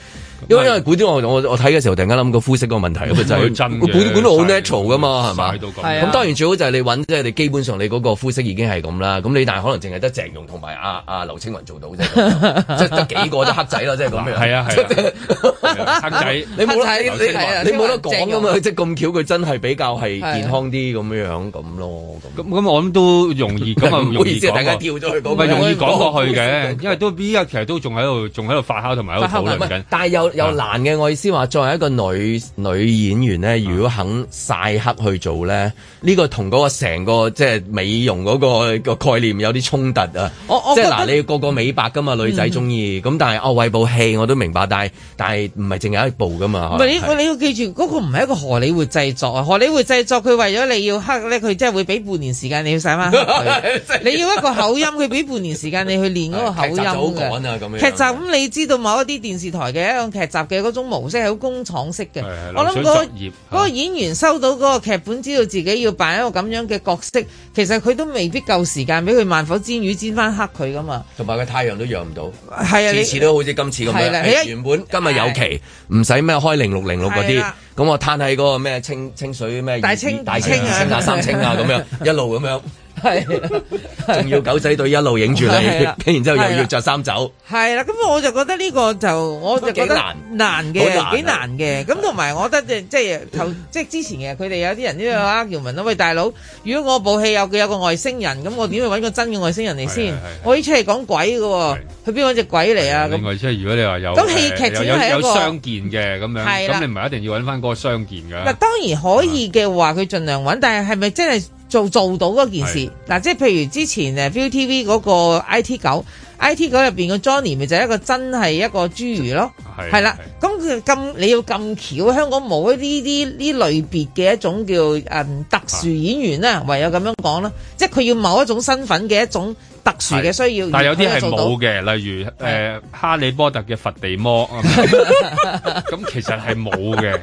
S2: 因為因為古天樂我我睇嘅時候，突然間諗個膚色個問題咁啊，就係
S3: 佢真嘅
S2: 古古天樂好 natural 噶嘛，係嘛？
S3: 曬到咁
S2: 咁當然最好就係你揾即係你基本上你嗰個膚色已經係咁啦，咁你但係可能淨係得鄭融同埋阿阿劉青雲做到啫， *laughs* 即係得幾個得黑仔啦，即係咁樣。
S3: 係啊係啊。 *laughs* 黑仔，
S2: 你冇得你
S4: 黑仔係啊
S2: 你你冇得講噶嘛
S4: 鄭，融
S2: 即係咁巧佢真係比較係
S4: 係啊
S2: 健康啲咁樣
S3: 啊
S2: 咁咯。
S3: 咁咁我諗都容易咁啊，
S2: 唔好
S3: 容
S2: 意
S3: 易
S2: 思
S3: 講過
S2: 大家跳咗去嗰個
S3: 唔係容易講過去嘅，因為都依家其實都仲喺度，仲喺度發酵同埋喺度討論緊。
S2: 但係又又難嘅，我意思話，作為一個女女演員咧，如果肯曬黑去做咧，呢個同嗰個成個即係美容嗰個個概念有啲衝突啊！
S4: 我我
S2: 即係
S4: 覺
S2: 嗱，
S4: 得
S2: 你個個美白噶嘛，女仔中意咁，但係哦為部戲我都明白，但係但係唔係淨係一部噶
S3: 啊
S2: 嘛？
S4: 唔係你你要記住，嗰、個唔係一個荷里活製作啊！荷里活製作佢為咗你要黑咧，佢真係會俾半年時間你要洗翻
S2: *laughs*
S4: 黑佢你要一個口音，佢俾半年時間你去練嗰個口音
S2: 劇集就好趕啊
S4: 嘅。
S2: 咁樣
S4: 劇集咁你知道某一啲電視台嘅一個劇集嘅嗰種模式係好工廠式嘅。我諗
S3: 流水
S4: 嗰、
S3: 作
S4: 個
S3: 業
S4: 嗰個演員收到嗰個劇本，知道自己要扮一個咁樣嘅角色，其實佢都未必夠時間俾佢慢火煎魚煎翻黑佢噶嘛。
S2: 同埋個太陽都養唔到，
S4: 係啊你
S2: 次次都好似今次咁
S4: 係
S2: 樣。
S4: 啦
S2: 誒
S4: 你一
S2: 原本今日有期，唔使咩開零六零六嗰
S4: 係
S2: 啲
S4: 啦，
S2: 咁我攤喺嗰個咩清清水咩
S4: 大清
S2: 大清
S4: 清啊
S2: 清啊三清
S4: *laughs*
S2: 啊咁樣一路咁樣，
S4: 係。
S2: 仲要狗仔隊一路影住你，
S4: 係啊啦
S2: 跟然之後
S4: 係
S2: 又
S4: 啦
S2: 要着衫走。
S4: 係啦，咁我就覺得呢個就我就
S2: 都
S4: 覺得
S2: 幾難
S4: 難
S2: 好難啊
S4: 嘅，幾難嘅。咁同埋我覺得即係頭即係之前嘅佢哋有啲人都有 argument 啦，喂大佬，如果我部戲有有個外星人，咁我點去揾個真嘅外星人嚟先？我呢出係講鬼嘅喎，去邊揾只鬼嚟啊？
S3: 另
S4: 咁
S3: 外即係如果你話有
S4: 咁戲劇
S3: 誒有
S4: 始終係
S3: 有
S4: 一
S3: 有
S4: 個
S3: 相見嘅咁樣，
S4: 係
S3: 咁
S4: 啦
S3: 你唔係一定要揾翻嗰個相見
S4: 嗱
S3: 㗎。
S4: 當然可以嘅話，佢盡量揾，但係係咪真係做做到嗰件
S3: 係
S4: 事？嗱，即係譬如之前誒呃 ViuTV 嗰個 I T 九，I T 九入邊個 Johnny 咪就係一個真係一個侏儒咯。係啦，咁佢咁你要咁巧，香港冇呢啲呢類別嘅一種叫誒、嗯特殊演員啦，
S3: 啊
S4: 唯有咁樣講啦，即係佢要某一種身份嘅一種特殊嘅需要，
S3: 但係有啲係
S4: 而佢做到
S3: 冇嘅，例如誒《哈利波特》嘅佛地
S4: *laughs*
S3: 魔，咁其實係冇嘅。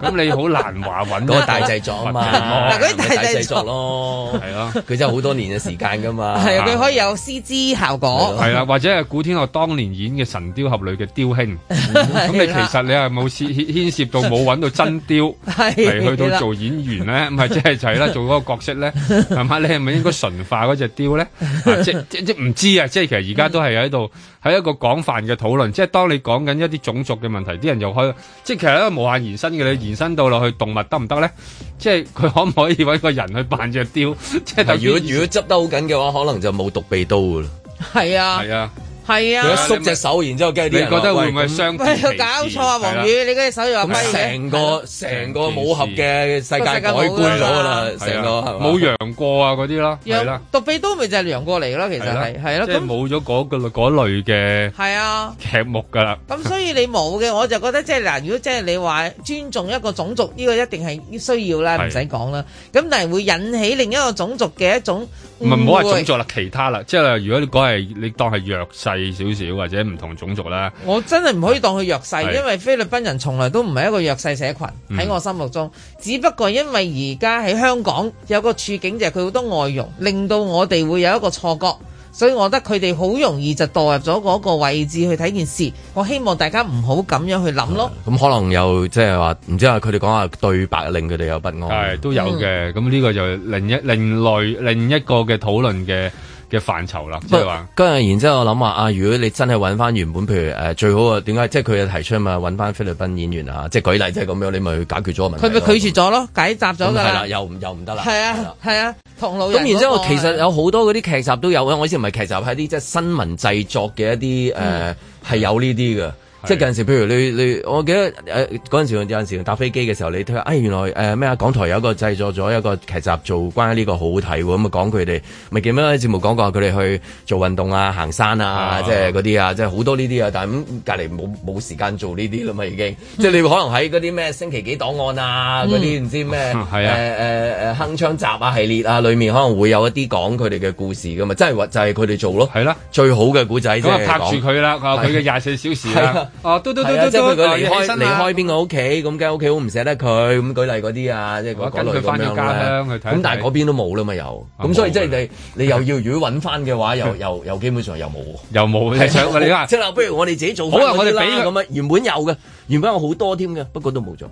S3: 咁你好難話揾
S2: 嗰個大製作啊嘛
S3: 佛地魔
S2: 嗱嗰啲大製作咯，
S3: 係咯，
S2: 佢真係好多年嘅時間㗎嘛。
S4: 係啊，佢可以有師資效果，
S3: 係啦，或者係古天樂當年演嘅《神雕俠侶》嘅雕 *laughs* 兄，咁你其實你係冇涉牽涉到冇揾到真 *laughs* 雕
S4: 係
S3: 嚟去到做演員 *laughs* 咧，唔係即係就係啦，做嗰個角色 *laughs* 咧，係嘛？你係咪應該純化嗰只雕 *laughs* 咧？啊即即即唔知啊！即係其實而家都係喺度喺一個廣泛嘅討論，即係當你講緊一啲種族嘅問題，啲人又開，即係其實一個無限延伸嘅。你佢延伸到落去動物得唔得咧？即係佢可唔可以揾個人去扮只雕？即係等於
S2: 如果如果執得好緊嘅話，可能就冇獨臂刀噶啦。
S4: 係啊，
S3: 係啊，
S4: 係
S2: 佢一
S4: 啊。
S2: 縮隻手，然之後跟住啲人
S3: 你覺得
S2: 話
S3: 會唔會
S2: 喂咁
S3: 相
S4: 喂，搞錯啊，黃宇，你嗰隻手又話
S2: 咁
S4: 跛嘅。
S2: 成個成個武俠嘅世界改觀咗㗎啦，成個係嘛
S3: 啊冇楊過啊嗰啲啦，係啦
S4: 羊，獨臂刀咪就係楊過嚟咯，其實係係咯，
S3: 即係
S4: 咁
S3: 冇咗嗰個嗰類嘅
S4: 係啊。
S3: 劇目㗎啦。
S4: 咁所以你冇嘅，我就覺得即係嗱，如果即係你話尊重一個種族，呢、個一定係需要啦，
S3: 係
S4: 唔使講啦。咁但係會引起另一個種族嘅一種
S3: 唔係唔好話
S4: 誤會
S3: 種族啦，其他啦，即係如果你講係你當係弱勢少少或者唔同種族啦，
S4: 我真係唔可以當佢弱勢，
S3: 係
S4: 因為菲律賓人從來都唔係一個弱勢社群
S3: 嗯
S4: 喺我心目中。只不過因為而家喺香港有個處境就係佢好多外傭，令到我哋會有一個錯覺，所以我覺得佢哋好容易就墮入咗嗰個位置去睇件事。我希望大家唔好咁樣去諗咯。
S2: 咁可能又即係話，唔知啊，佢哋講話對白令佢哋有不安，
S3: 係都
S4: 嗯
S3: 有嘅。咁呢個就另一另類另一個嘅討論嘅嘅範疇啦，即係話。
S2: 跟住然之後我諗話啊，如果你真係揾翻原本，譬如誒、呃最好啊，點解即係佢嘅提出嘛，揾翻菲律賓演員啊，即係舉例即係咁樣，你咪解決咗個問題
S4: 佢
S2: 咯。
S4: 咪拒絕咗咯，解答咗
S2: 咁
S4: 㗎
S2: 係啦，
S4: 啦。
S2: 又唔又唔得啦。
S4: 係啊，係啊，同路
S2: 咁
S4: 人
S2: 然之
S4: 嗰
S2: 後
S4: 個
S2: 其實
S4: 係
S2: 有好多嗰啲劇集都有嘅，我以前唔係劇集，係啲即係新聞製作嘅一啲
S4: 嗯
S2: 誒係有呢啲嘅。即係有陣時，譬如你你，我記得誒呃嗰陣時有陣時搭飛機嘅時候，你睇下，哎原來誒咩啊，港台有一個製作咗一個劇集做關於呢個好好睇喎，咁啊講佢哋咪記唔記得節目講過佢哋去做運動啊、行山啊，即係嗰啲啊，即係好多呢啲啊，但係咁隔離冇冇時間做呢啲啦嘛，已經，即係你可能喺嗰啲咩星期幾檔案
S4: 嗯
S2: 啊，嗰啲唔知咩 *laughs*
S3: 係啊
S2: 誒誒誒呃鏗鏘集啊系列啊，裡面可能會有一啲講佢哋嘅故事噶嘛，即係話就係佢哋做咯，
S3: 係啦，
S2: 最好嘅古仔即
S3: 咁啊
S2: *laughs* 係
S3: 拍
S2: 講
S3: 住佢啦，啊佢嘅廿四小時
S2: 係
S3: 啦
S2: 啊，
S3: 哦嘟嘟嘟
S2: 係啊
S3: 嘟
S2: 即係佢
S3: 嘟，
S2: 佢離開
S3: 起身
S2: 離
S3: 啦
S2: 開邊個屋企，咁梗係屋企好唔捨得佢，咁舉例嗰啲啊，即係嗰
S3: 哦跟
S2: 嗰類
S3: 佢返
S2: 咁樣
S3: 咗家鄉
S2: 咧
S3: 去睇一睇
S2: 咁但係嗰邊都冇啦嘛，又
S3: 啊
S2: 咁所以
S3: 冇
S2: 即係你你又要如果揾翻嘅
S3: *laughs*
S2: 話，又又又基本上又冇，
S3: 又冇你想你話
S2: 即係嗱不如我哋自己做
S3: 好啊
S2: 返嗰啲
S3: 我哋
S2: 啦
S3: 俾佢
S2: 咁啊，原本有嘅，原本有好多添嘅，不過都冇咗，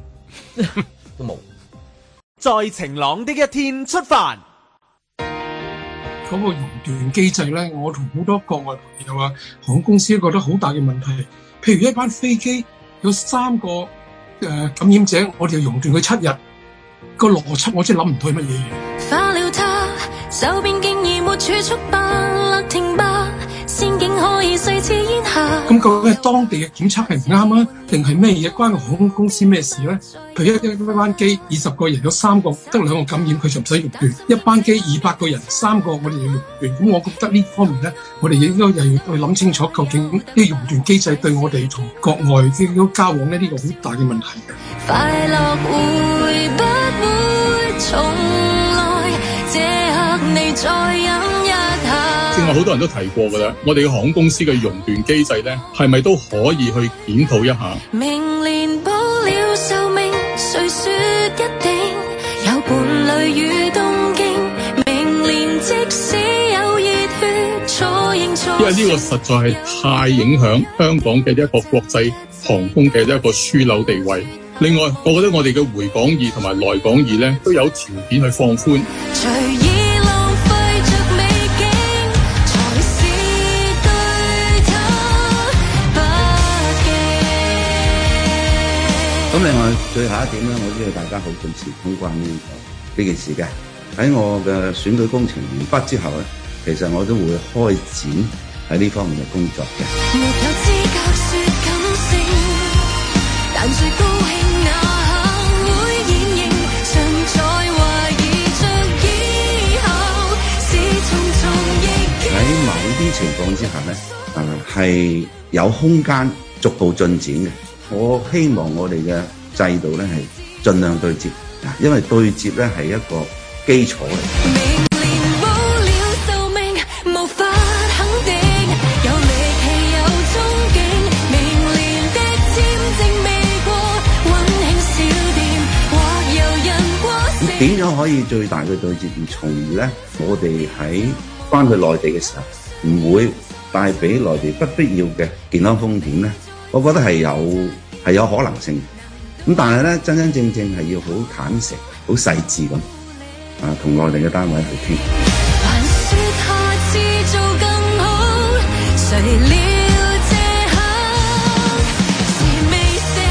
S2: 都冇。
S5: 在晴朗的一天出發。
S15: 嗰個熔斷機制咧，我同好多國外朋友啊、航空公司都覺得好大嘅問題。譬如一班飛機有三個誒、呃感染者，我哋就熔斷佢七日，個邏輯我真係諗唔到係乜嘢嘢。
S16: 花了它，手邊竟已沒儲蓄吧，勒停吧，仙境可以碎似煙霞。
S15: 咁究竟係當地嘅檢測係唔啱啊，定係咩嘢關個航空公司咩事咧？譬如一一班機二十個人有三個得兩個感染，佢就唔使熔斷；一班機二百個人三個我哋要熔斷。咁我覺得呢方面咧，我哋應該又要去諗清楚，究竟呢個熔斷機制對我哋同國外嘅交往咧，呢、個好大嘅問題。
S16: 快樂會不會重來？這刻你再飲一下。
S17: 正話好多人都提過㗎啦，我哋嘅航空公司嘅熔斷機制咧，係咪都可以去檢討一下？
S16: 明年保了壽命，誰說一定有伴侶與東京？明年即使有熱血，錯認錯。
S17: 因為呢個實在係太影響香港嘅一個國際航空嘅一個樞紐地位。另外，我覺得我哋嘅回港易同埋來港易咧，都有條件去放寬。
S16: 隨意浪費着美景，才是對他不敬。
S18: 咁另外最後一點咧，我知道大家好重視通關呢呢件事嘅。喺我嘅選舉工程完畢之後咧，啊其實我都會開展喺呢方面嘅工作嘅。
S16: 沒有資格說感性，但最高興那下會演繹，常在懷疑着以後是重重逆
S18: 喺某啲情況之下咧，啊係有空間逐步進展嘅。我希望我哋嘅制度咧係盡量對接，啊，因為對接咧係一個基礎嚟。
S16: 保了壽命，無法肯定有力氣有憧憬。明年的簽證未過，溫馨小店或遊人過
S18: 咁
S16: 城。
S18: 點樣可以最大嘅對接，而從而咧，我哋喺翻去內地嘅時候，唔會帶俾內地不必要嘅健康風險咧？我覺得係有係有可能性嘅。咁但係咧，真真正正係要好坦誠、好細緻咁啊，同內地嘅單位去傾。
S16: 還說下次做更好，誰料這刻是未醒。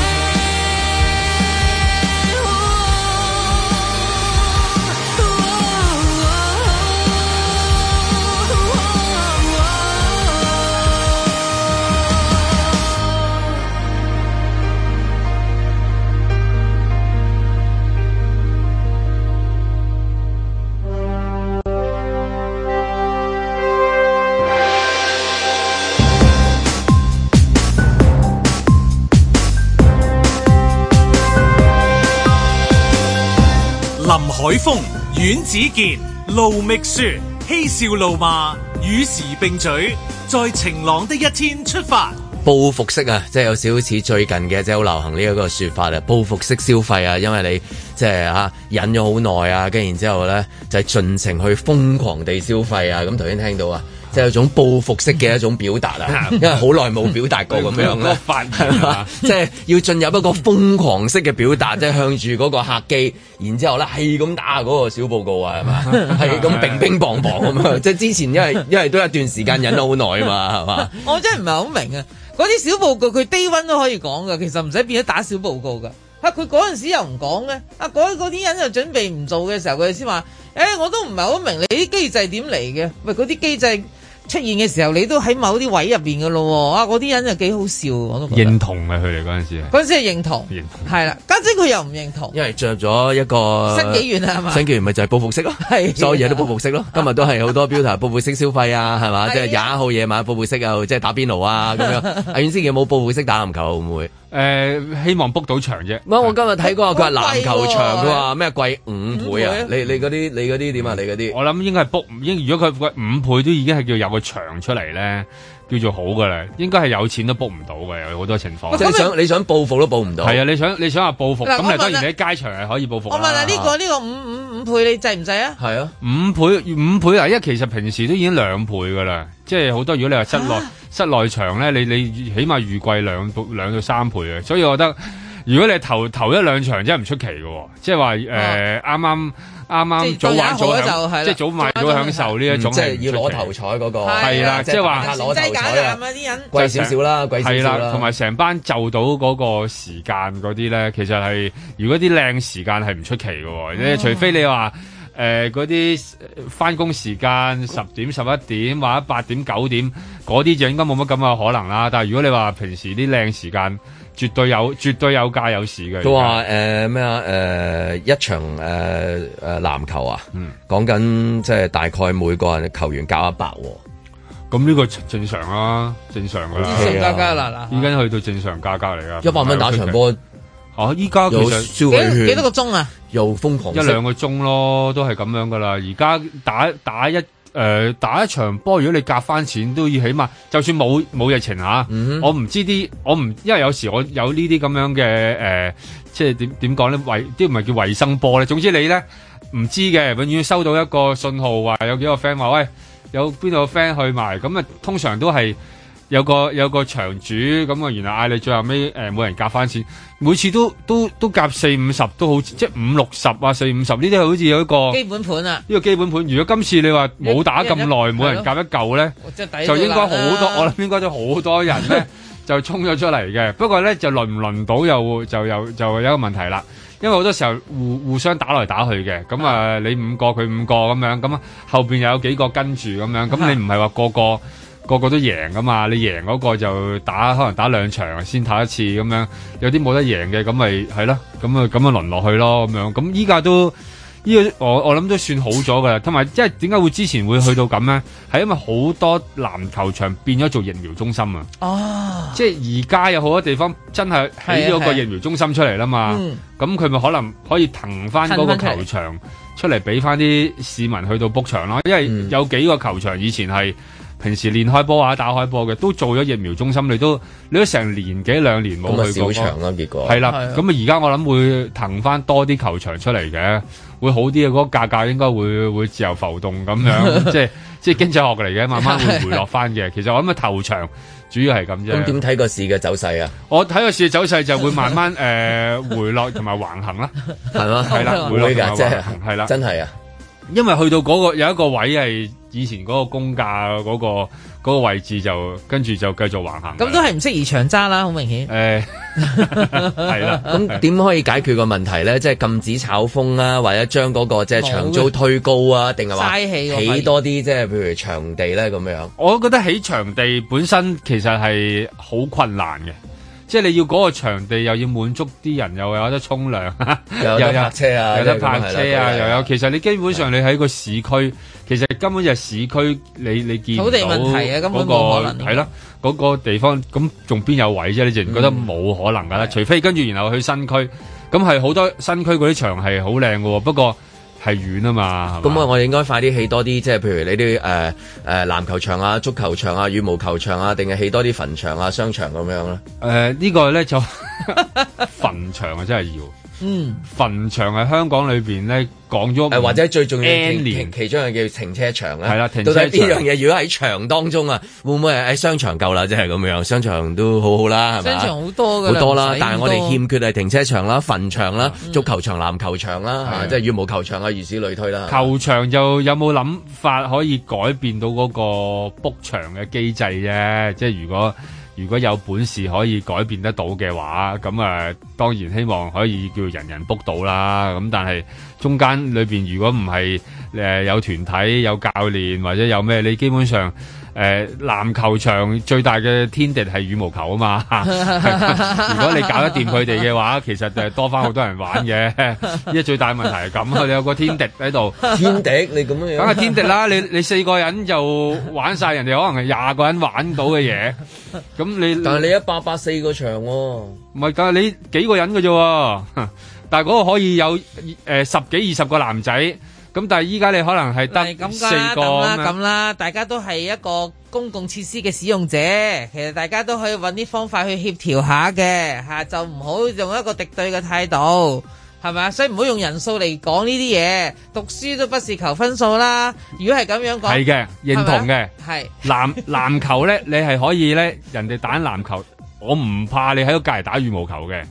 S1: 海峰、阮子健、路觅雪，嬉笑怒罵，與時並舉，在晴朗的一天出發。
S2: 報復式啊，即係有少少似最近嘅，即係好流行呢一個説法啊，報復式消費啊，因為你即係啊忍咗好耐啊，跟然之後咧就係、盡情去瘋狂地消費啊，咁頭先聽到啊。即係有種報復式嘅一種表達啊，因為好耐冇表達過咁樣
S3: 嗰個
S2: 咧，
S3: 發言
S2: 係嘛 *laughs* 即係要進入一個瘋狂式嘅表達，即係向住嗰個客機，然之後咧係咁打嗰個小報告啊，係嘛，係咁乒乒乓乓咁啊樣。即係之前因為因為都有一段時間忍咗好耐啊嘛，係嘛。
S4: *laughs* 我真係唔係好明啊！嗰啲小報告佢低温都可以講噶，其實唔使變咗打小報告噶。啊，佢嗰陣時又唔講嘅，啊嗰嗰啲人就準備唔做嘅時候，佢哋先話：，誒、我都唔係好明你啲機制點嚟嘅。喂，嗰啲機制出現嘅時候，你都喺某啲位入邊嘅咯喎。啊，嗰啲人就幾好笑，我都覺得。
S3: 認同啊，佢哋嗰陣時係
S4: 嗰陣時係認同，
S3: 認
S4: 係啦，家姐佢又唔認同。
S2: 因為着咗一個
S4: 新紀元啊係嘛啊
S2: 新紀元咪就係報復
S4: *laughs*
S2: 式咯，
S4: 係
S2: 所有嘢都報復式
S4: *laughs*
S2: 咯。今日都係好多標題報復式消費啊，係嘛？即係廿一號夜晚報復式啊，即係打邊爐
S4: *laughs*
S2: 啊咁樣。阿遠先有冇報復式打籃球會唔會？
S3: 誒，希望 book 到場啫。
S2: 唔係，我今日睇哦過佢話籃
S3: 好
S2: 球場，
S3: 貴喎
S2: 佢話咩貴五倍啊？你你嗰啲你嗰啲點啊？你嗰啲
S3: 我諗應該係 book，應如果佢五倍都已經係叫有個場出嚟咧，叫做好噶啦。應該係有錢都 book 唔到嘅，有好多情況。
S2: 即係你想你想報復都報唔到。
S3: 係啊，你想你想話報復，
S4: 啊嗱
S3: 咁
S4: 我
S3: 你當
S4: 問
S3: 然
S4: 啦
S3: 你喺街場係可以報復啦。
S4: 我問下呢、個呢、個五五五倍，你制唔制啊？
S2: 係啊，
S3: 五倍五倍啊！因為其實平時都已經兩倍噶啦，即係好多。如果你話室內、室內場咧，你你起碼預貴兩到兩到三倍啊嘅，所以我覺得如果你頭頭一兩場真係唔出奇嘅喎，即係話誒啱啱啱啱早玩早
S4: 啊即係當然好就係
S3: 享，
S4: 啦
S3: 即係早買早享受呢一種
S2: 嗯即
S3: 係
S2: 係
S3: 唔
S2: 要
S3: 出
S2: 攞
S3: 奇
S2: 頭彩嗰個。
S3: 係啦，即係話
S2: 攞頭
S4: 假
S2: 彩
S4: 㗎
S2: 啊
S4: 嘛！啲人
S2: 貴少少啦貴少少啦
S3: 係同埋成班就到嗰個時間嗰啲咧，其實係如果啲靚時間係唔出奇嘅
S2: 嗯
S3: 喎，你、除非你話。誒嗰啲翻工時間十點十一點或者八點九點嗰啲就應該冇乜咁嘅可能啦。但係如果你話平時啲靚時間，絕對有絕對有價有市嘅。
S2: 佢話誒咩啊誒一場呃誒誒籃球啊，
S3: 嗯
S2: 講緊即係大概每個人球員交一百喎。
S3: 咁呢個正常啦，正常㗎啦，
S2: 正常價格
S4: 啦
S3: 已經去到正常價格嚟㗎。
S2: 100蚊打場波，
S3: 嚇啊依家其
S2: 有
S3: 實
S2: 消費券，
S4: 幾多個鐘啊？
S2: 又瘋狂
S3: 一
S2: 式
S3: 兩個鐘咯，都係咁樣噶啦。而家打打一誒、呃打一場波，如果你夾翻錢都要起碼，就算冇冇疫情嚇、
S2: 嗯
S3: 我唔知啲我唔，因為有時我有呢啲咁樣嘅誒、呃即係點點講咧，衞啲唔係叫衞生波咧。總之你咧唔知嘅，永遠收到一個信號話有幾個 friend 話喂，有邊度個 friend 去埋，咁啊通常都係。有個有個場主咁啊，然後嗌你最後尾誒、呃每人夾翻錢，每次都都都夾四五十都好，即係五六十啊，四五十呢啲好似有一個
S4: 基本盤啊，
S3: 呢個基本盤。如果今次你話冇打咁耐，
S4: 一人一
S3: 每人夾一嚿咧，
S4: 即係抵
S3: 就
S4: 到
S3: 應該好
S4: 爛啦
S3: 多，我諗應該都好多人
S4: *laughs*
S3: 咧就衝咗出嚟嘅。不過咧就輪唔輪到又就又就有一個問題啦。因為好多時候互互相打來打去嘅，咁啊你五個佢五個咁樣，咁啊後邊又有幾個跟住咁樣，
S4: 啊
S3: 咁你唔係話個個個個都贏噶嘛？你贏嗰個就打可能打兩場先打一次咁樣，有啲冇得贏嘅咁咪係咯，咁啊咁啊輪落去咯咁樣，咁依家都。呢個我我諗都算好咗噶啦，同埋即係點解會之前會去到咁咧？係因為好多籃球場變咗做疫苗中心啊！
S4: 哦，
S3: 即係而家有好多地方真係啊起咗個疫苗中心出嚟啦嘛
S4: 嗯，
S3: 咁佢咪可能可以騰翻嗰個
S4: 騰返出嚟
S3: 球場出嚟俾翻啲市民去到 book 場咯，因為
S4: 嗯
S3: 有幾個球場以前係平時練開波啊、打開波嘅，都做咗疫苗中心，你都你都成年幾兩年冇
S2: 咁啊
S3: 去過
S2: 小場
S3: 咯，
S2: 啦結果
S3: 係啦
S2: 係啊，
S3: 咁啊而家我諗會騰翻多啲球場出嚟嘅，會好啲嘅，嗰個價格應該會會自由浮動咁
S4: *laughs*
S3: 樣，即係即係經濟學嚟嘅，慢慢會回落翻嘅。其實我諗啊頭場主要係咁啫。
S2: 咁點睇個市嘅走勢啊？
S3: 我睇個市走勢就會慢慢誒、呃回落同埋橫行啦，
S2: 係嘛
S3: 係啦，回落
S2: 會
S3: 同埋
S2: 㗎，即
S3: 橫
S2: 係
S3: 行係啦，
S2: 真係啊！
S3: 因為去到嗰、個有一個位係以前嗰個公價嗰、個嗰、個位置就跟住就繼續橫行㗎啦。
S4: 咁都係唔適宜長揸啦，好明顯。
S3: 誒係啦，
S2: 咁點可以解決個問題咧？即係禁止炒風啊，或者將嗰個即係長租推高啊，定係話
S3: 嘥氣喎反而
S2: 起多啲即係譬如場地咧咁樣。
S3: 我覺得起場地本身其實係好困難嘅，即係你要嗰個場地又要滿足啲人，又有得沖涼，啊
S2: *laughs* 又有得泊車啊
S3: 又有得泊車
S2: 即係
S3: 啊，
S2: 咁係啦
S3: 又有其實你基本上你喺個市區，其實根本就係市區，你你見唔
S4: 土地問題
S3: 到
S4: 啊根本
S3: 嗰個
S4: 冇可能
S3: 係啦，嗰個地方咁仲邊有位啫？你自然覺
S2: 嗯
S3: 得冇可能㗎啦，除非跟住然後去新區，咁係好多新區嗰啲場係好靚㗎喎，不過。係遠啊嘛。
S2: 咁啊，我哋應該快啲起多啲，即係譬如你啲誒誒籃球場啊、足球場啊、羽毛球場啊，定係起多啲墳場啊、商場咁樣咧？
S4: 嗯
S3: 誒、呢個咧就墳場啊，真係要。
S4: 嗯，
S3: 墳場係香港裏邊咧講咗
S2: 呃誒或者最重要
S3: N
S2: 其
S3: 年
S2: 其其中一樣叫停車場啦，
S3: 係啦停
S2: 到
S3: 車
S2: 底
S3: 場
S2: 邊樣嘢？如果喺場當中啊，會唔會係喺商場夠啦？即係咁樣，商場都好好啦，係咪？
S4: 商場好多㗎
S2: 好
S4: 啦
S2: 多啦
S4: 唔，使咁
S2: 但係我哋
S4: 多
S2: 欠缺係停車場啦、墳場啦、足球場、籃球場啦，啊即係羽毛球場啊，如此類推啦。
S3: 球場就有冇諗法可以改變到嗰個 book 場嘅機制啫？即係如果如果有本事可以改變得到嘅話，咁誒、呃、當然希望可以叫人人 book 到啦。咁但係中間裏邊如果唔係誒有團體、有教練或者有咩，你基本上。誒、籃球場最大嘅天敵係羽毛球啊嘛， *laughs* 如果你搞得掂佢哋嘅話，其實誒多翻好多人玩
S2: *laughs*
S3: 嘅，依家最大問題係咁啊，你有個天敵喺度，
S2: 天敵你咁樣樣
S3: 梗係天敵啦！你你四個人就玩晒人哋可能係廿個人玩到嘅嘢，咁你
S2: *laughs* 但係你一百八四個場喎，
S3: 唔係㗎，你幾個人嘅啫喎， *laughs* 但係嗰個可以有誒、呃十幾二十個男仔，咁但係依家你可能係得
S4: 咁
S3: 四
S4: 噶啦，
S3: 個
S4: 咁啦，
S3: 樣
S4: 咁啦，大家都係一個公共設施嘅使用者，其實大家都可以揾啲方法去協調下嘅嚇，就唔好用一個敵對嘅態度。係咪啊？所以唔好用人數嚟講呢啲嘢，讀書都不是求分數啦。如果係咁樣講，
S3: 係嘅認同
S4: 係咪啊
S3: 嘅
S4: 係
S3: 籃 *laughs* 籃球咧，你係可以咧，人哋打籃球，我唔怕你喺度隔離打羽毛球嘅，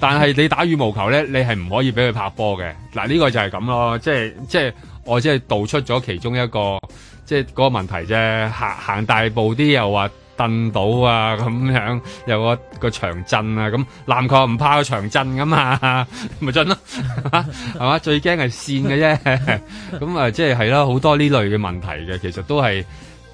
S3: 但係你打羽毛球咧，你係唔可以俾佢拍波嘅。嗱，呢個就係咁咯，即係即係我即係道出咗其中一個即係嗰個問題啫。行行大步啲又話。蹬到啊咁樣，有個個長震啊咁，籃球唔怕個長震噶嘛， *laughs* 咪震咯，係嘛？最驚係線嘅啫，咁啊即係係啦，好多呢類嘅問題嘅，其實都係。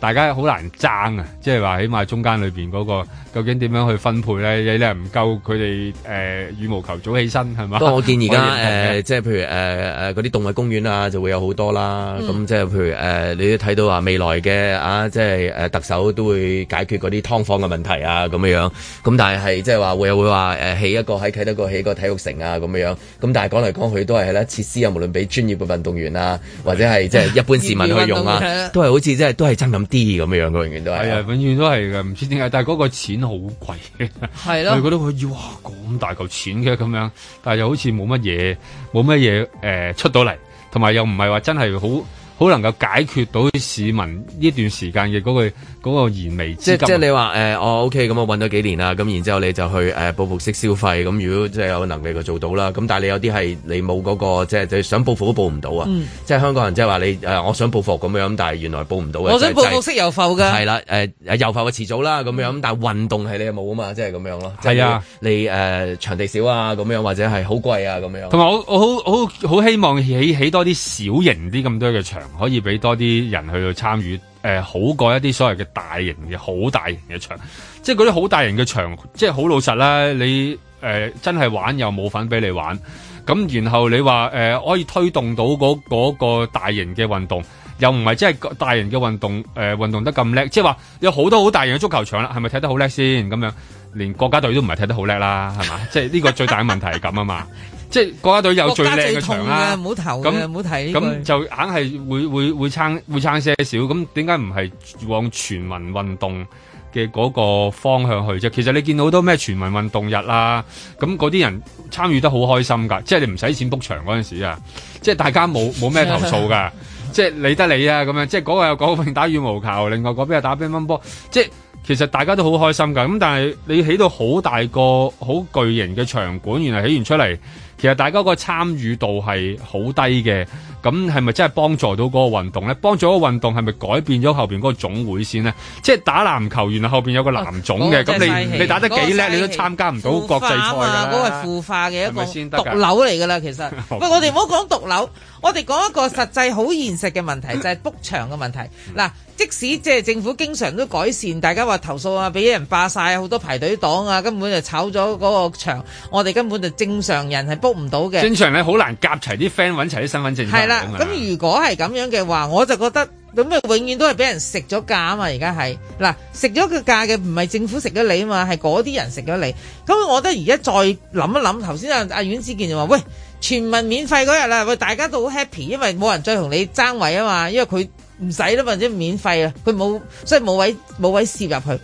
S3: 大家好難爭啊！即係話，起碼中間裏邊嗰個究竟點樣去分配咧？你咧唔夠佢哋誒羽毛球早起身係嘛？
S2: 不過我見而
S3: *laughs* 我認
S2: 家誒，
S3: 同嘅
S2: 即係譬如誒誒嗰啲動物公園啊，就會有好多啦。咁、
S3: 嗯
S2: 即係譬如誒、呃你都睇到話未來嘅啊，即係誒、呃特首都會解決嗰啲劏房嘅問題啊，咁樣樣。咁但係係即係話會會話誒、呃起一個喺啟德個起個體育城啊，咁樣樣。咁但係講嚟講去都係咧設施啊，無論俾專業嘅運動員啊，或者係即係一般市民去用
S3: 業餘運動員
S2: 啊
S3: 啊，
S2: 都係好似即係都係爭咁啲咁樣樣嘅，永遠都
S3: 係
S2: 係
S3: 啊，。永遠都係嘅，唔知點解。但係嗰個錢好貴嘅，
S4: 係咯
S3: 我哋覺得佢哇咁大嚿錢嘅咁樣，但係又好似冇乜嘢，冇乜嘢誒出到嚟，同埋又唔係話真係好好能夠解決到市民呢段時間嘅嗰、個嗰、個燃眉
S2: 即
S3: 之急。啊
S2: 即係你話誒，呃我 OK 咁我揾咗幾年啦，咁然之後你就去誒報復式消費，咁如果即係有能力就做到啦，咁但係你有啲係你冇嗰、個即係就想報復都報唔到啊！
S4: 嗯
S2: 即係香港人即係話你誒、呃我想報復咁樣，但係原來報唔到嘅。啊
S4: 我想
S2: 就係
S4: 報復式遊浮㗎。
S2: 係啦，誒誒遊浮嘅遲早啦，咁樣，但係運動係你冇啊嘛，即係咁樣咯。即
S3: 係啊，
S2: 你誒、呃、場地少啊，咁樣或者係好貴啊，咁樣。
S3: 同埋我我好好好希望起起多啲小型啲咁多嘅場，可以俾多啲人去到參與，誒、好過一啲所謂嘅大型嘅好大型嘅場，即係嗰啲好大型嘅場，即係好老實啦，你誒、呃真係玩又冇份俾你玩，咁然後你話誒、呃可以推動到嗰、嗰個大型嘅運動。又唔係真係大型嘅運動，誒、運動得咁叻，即係話有好多好大型嘅足球場啦，係咪踢得好叻先咁樣？連國家隊都唔係踢得好叻啦，係嘛？即係呢個最大嘅問題係咁啊嘛！即係國家隊有最
S4: 國家
S3: 靚
S4: 最
S3: 嘅
S4: 痛
S3: 場
S4: 嘅
S3: 啦，
S4: 唔好投嘅
S3: 咁
S4: 唔好提呢句
S3: 咁就硬係會會會撐會撐些少，咁點解唔係往全民運動嘅嗰個方向去啫？其實你見到好多咩全民運動日啦，咁嗰啲人參與得好開心㗎，即係你唔使錢 book 場嗰陣時啊，即係大家冇冇咩投訴㗎。即係理得你啊咁樣，即係嗰個又嗰邊打羽毛球，另外嗰邊又打乒乓波，即係其實大家都好開心㗎。咁但係你起到好大個好巨型嘅場館，原來起完出嚟，其實大家個參與度係好低嘅。咁係咪真係幫助到嗰個運動咧？幫助嗰個運動係咪改變咗後邊嗰個總會先咧？即係打籃球，原來後邊有個籃總嘅，
S4: 嗰
S3: 咁
S4: 個哦真係嘥
S3: 你
S4: 氣
S3: 你打得幾叻，
S4: 嗰個嘥氣
S3: 你都參加唔到國際賽
S4: 腐化啊嘛
S3: 㗎
S4: 嗰個
S3: 啦
S4: 係。腐化嘅一個
S3: 咪先得㗎
S4: 毒瘤嚟㗎啦，其
S3: *laughs*
S4: 實。不過我哋唔好講毒瘤，我哋講一個實際好現實嘅問題，就係 book 場嘅問題。
S3: 嗯
S4: 嗱，即使即係政府經常都改善，大家話投訴啊，俾人霸晒，好多排隊黨啊，根本就炒咗嗰個場，我哋根本就正常人係 book 唔到嘅。
S3: 正常你好難夾齊啲 friend 揾齊啲身份證翻嚟㗎嘛。
S4: 係啦，咁如果係咁樣嘅話，我就覺得咁咪永遠都係俾人食咗價啊嘛！而家係嗱，食咗個價嘅唔係政府食咗你啊嘛，係嗰啲人食咗你。咁我覺得而家再諗一諗，頭先阿阿阮子健就話：喂，全民免費嗰日啦，喂，大家都好 happy，因為冇人再同你爭位啊嘛，因為佢唔使啦嘛，即係免費啦，佢冇，所以冇位冇位攝入去。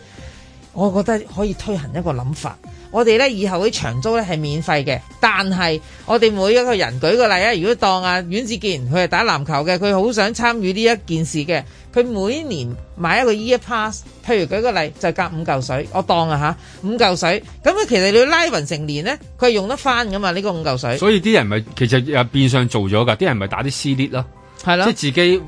S4: 我覺得可以推行一個諗法。我哋咧以後啲長租咧係免費嘅，但係我哋每一個人舉個例啊，如果當啊阮志健佢係打籃球嘅，佢好想參與呢一件事嘅，佢每年買一個 year pass，譬如舉個例就夾五嚿水，我當啊吓五嚿水，咁咧其實你要拉勻成年咧，佢係用得翻噶嘛呢、個五嚿水。
S3: 所以啲人咪其實又變相做咗㗎，啲人咪打啲撕裂咯，
S4: 係
S3: 即
S4: 咯
S3: 係自己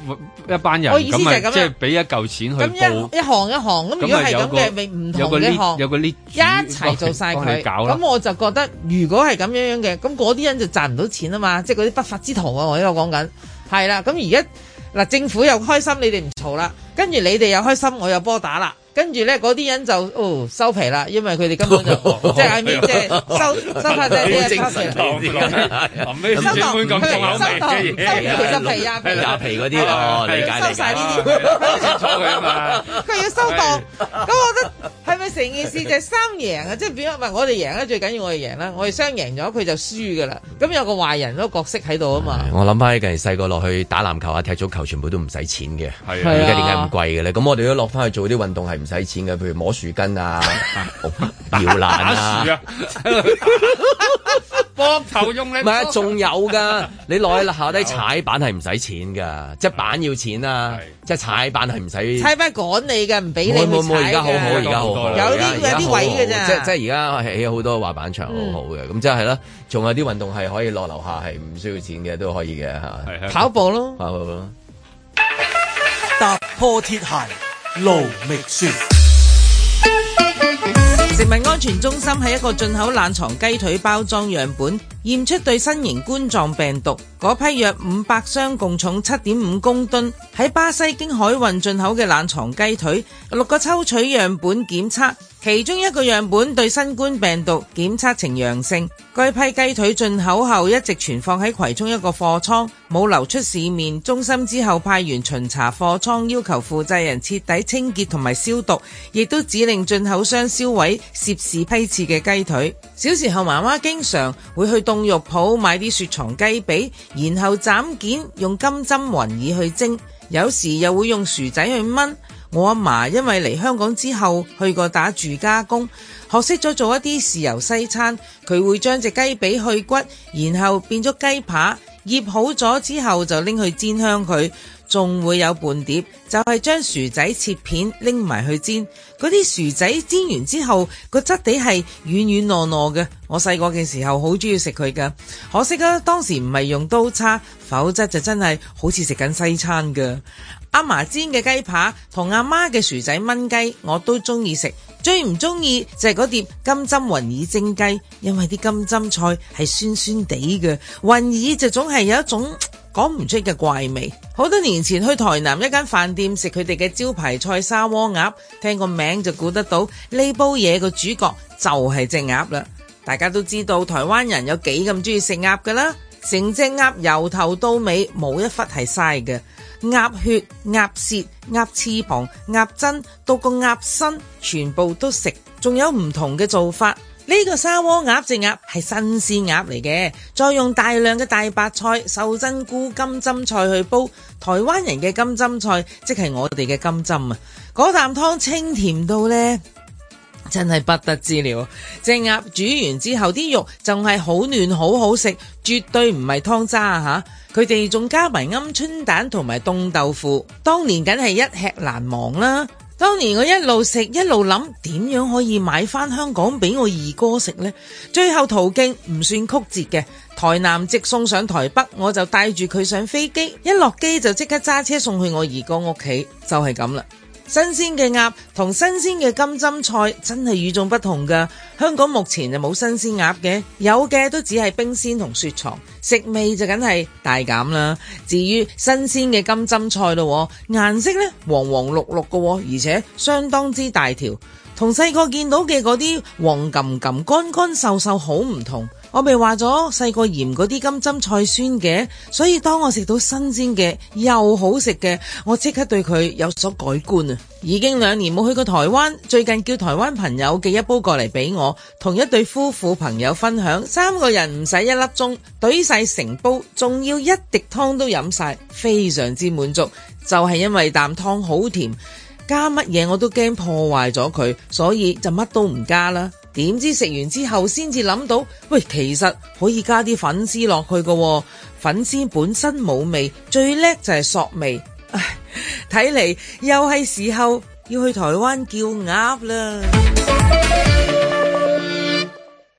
S3: 一班人
S4: 我意思
S3: 咁咪
S4: 就係咁樣
S3: 即係俾一嚿錢去
S4: 咁
S3: 報
S4: 一一行一行咁，如果
S3: 咪
S4: 係
S3: 有
S4: 咁
S3: 個
S4: 嘅，咪
S3: 有
S4: 唔同
S3: 個
S4: 嘅
S3: lead-
S4: 行。
S3: 有個 lead
S4: 一齊做晒
S3: 幫你
S4: 佢，
S3: 搞啦
S4: 咁我就覺得如果係咁樣樣嘅，咁嗰啲人就賺唔到錢啊嘛，即係嗰啲不法之徒啊！我呢個講緊係啦，咁而家嗱政府又開心，你哋唔嘈啦，跟住你哋又開心，我又波打啦。跟住咧，嗰啲人就哦收皮啦，因為佢哋根本就即係 I mean，即
S2: 哦
S4: 係收收翻啲
S2: 好精
S4: 收皮
S2: 神
S4: 啦。
S3: 臨尾
S4: 收檔
S3: 咁啊重口味嘅嘢
S4: 收檔收皮十皮
S2: 廿
S4: 廿
S2: 皮嗰啲
S3: 啊
S2: 哦，理解
S4: 收
S2: 理解
S4: 晒呢。啲，
S2: 啊
S4: *laughs* 佢要收檔。咁我覺得係咪成件事就係三贏啊？即係變咗，唔係我哋贏啦，最緊要我哋贏啦。我哋雙贏咗，佢就輸噶啦。咁有個壞人嗰個角色喺度啊嘛。
S2: 我諗翻起近年細個落去打籃球啊、踢足球，全部都唔使錢嘅。而
S4: 係啊
S2: 家點解咁貴嘅咧？咁我哋都落翻去做啲運動係唔
S3: *laughs*
S2: 使錢嘅，譬如摸樹根啊、搖籃
S3: 打
S2: 啊
S3: 樹。啊， *laughs* 膊頭啊用力，
S2: 唔係啊，仲有噶，你落去下低踩板係唔使錢噶，即係板要錢啊，即係踩板係唔使。
S4: 差班趕你嘅，唔俾你
S2: 冇
S4: 去
S2: 冇而
S4: 踩
S2: 家好好，而
S4: 嘅。
S2: 家好好，
S4: 有啲有啲位嘅
S2: 即係即
S4: 咋。
S2: 係而
S4: 嗯
S2: 家起好多滑板場，好好嘅。咁即係啦，仲有啲運動係可以落樓下係唔需要錢嘅，都可以嘅嚇。
S4: 跑步咯，
S2: 跑步咯。
S5: 踏破鐵鞋路未雪。
S4: 食物安全中心係一個進口冷藏雞腿包裝樣本，驗出對新型冠狀病毒。嗰批約五百箱共重七點五公噸喺巴西經海運進口嘅冷藏雞腿，六個抽取樣本檢測，其中一個樣本對新冠病毒檢測呈陽性。該批雞腿進口後一直存放喺葵涌一個貨倉，冇流出市面。中心之後派員巡查貨倉，要求負責人徹底清潔同埋消毒，亦都指令進口商銷毀涉事批次嘅雞腿。小時候媽媽經常會去凍肉鋪買啲雪藏雞髀，然後斬件用金針雲耳去蒸，有時又會用薯仔去炆。我阿嫲因為嚟香港之後去過打住家工，學識咗做一啲豉油西餐。佢會將隻雞髀去骨，然後變咗雞扒，醃好咗之後就拎去煎香佢，仲會有伴碟，就係、將薯仔切片拎埋去煎。嗰啲薯仔煎完之後，個質地係軟軟糯糯嘅。我細個嘅時候好中意食佢㗎，可惜啊，當時唔係用刀叉，否則就真係好似食緊西餐㗎。阿嫲煎嘅雞扒同阿媽嘅薯仔炆雞，我都中意食。最唔中意就係嗰碟金針雲耳蒸雞，因為啲金針菜係酸酸地嘅，雲耳就總係有一種講唔出嘅怪味。好多年前去台南一間飯店食佢哋嘅招牌菜砂鍋鴨，聽個名就估得到呢煲嘢個主角就係隻鴨啦。大家都知道台灣人有幾咁中意食鴨㗎啦，成隻鴨由頭到尾冇一忽係嘥嘅。鴨血、鴨舌、鴨翅膀、鴨胗到個鴨身，全部都食，仲有唔同嘅做法。呢、個砂鍋鴨隻鴨係新鮮鴨嚟嘅，再用大量嘅大白菜、秀珍菇、金針菜去煲。台灣人嘅金針菜即係我哋嘅金針啊！嗰啖湯清甜到呢。真係不得之了！隻鴨煮完之後，啲肉仲係好嫩，好好食，絕對唔係湯渣啊嚇！佢哋仲加埋鵪鶉蛋同埋凍豆腐，當年梗係一吃難忘啦！當年我一路食一路諗點樣可以買翻香港俾我二哥食呢？最後途徑唔算曲折嘅，台南直送上台北，我就帶住佢上飛機，一落機就即刻揸車送去我二哥屋企，就係咁啦。新鮮嘅鴨同新鮮嘅金針菜真係與眾不同㗎。香港目前就冇新鮮鴨嘅，有嘅都只係冰鮮同雪藏，食味就梗係大減啦。至於新鮮嘅金針菜咯，顏色呢黃黃綠綠嘅喎，而且相當之大條，同細個見到嘅嗰啲黃冚冚、乾乾瘦瘦好唔同。我咪話咗細個嫌嗰啲金針菜酸嘅，所以當我食到新鮮嘅又好食嘅，我即刻對佢有所改觀啊！已經兩年冇去過台灣，最近叫台灣朋友寄一煲過嚟俾我，同一對夫婦朋友分享，三個人唔使一粒鐘，懟晒成煲，仲要一滴湯都飲晒，非常之滿足。就係因為啖湯好甜。加乜嘢我都驚破壞咗佢，所以就乜都唔加啦。點知食完之後先至諗到，喂，其實可以加啲粉絲落去嘅喎，粉絲本身冇味，最叻就係索味。唉，睇嚟又係時候要去台灣叫鴨啦。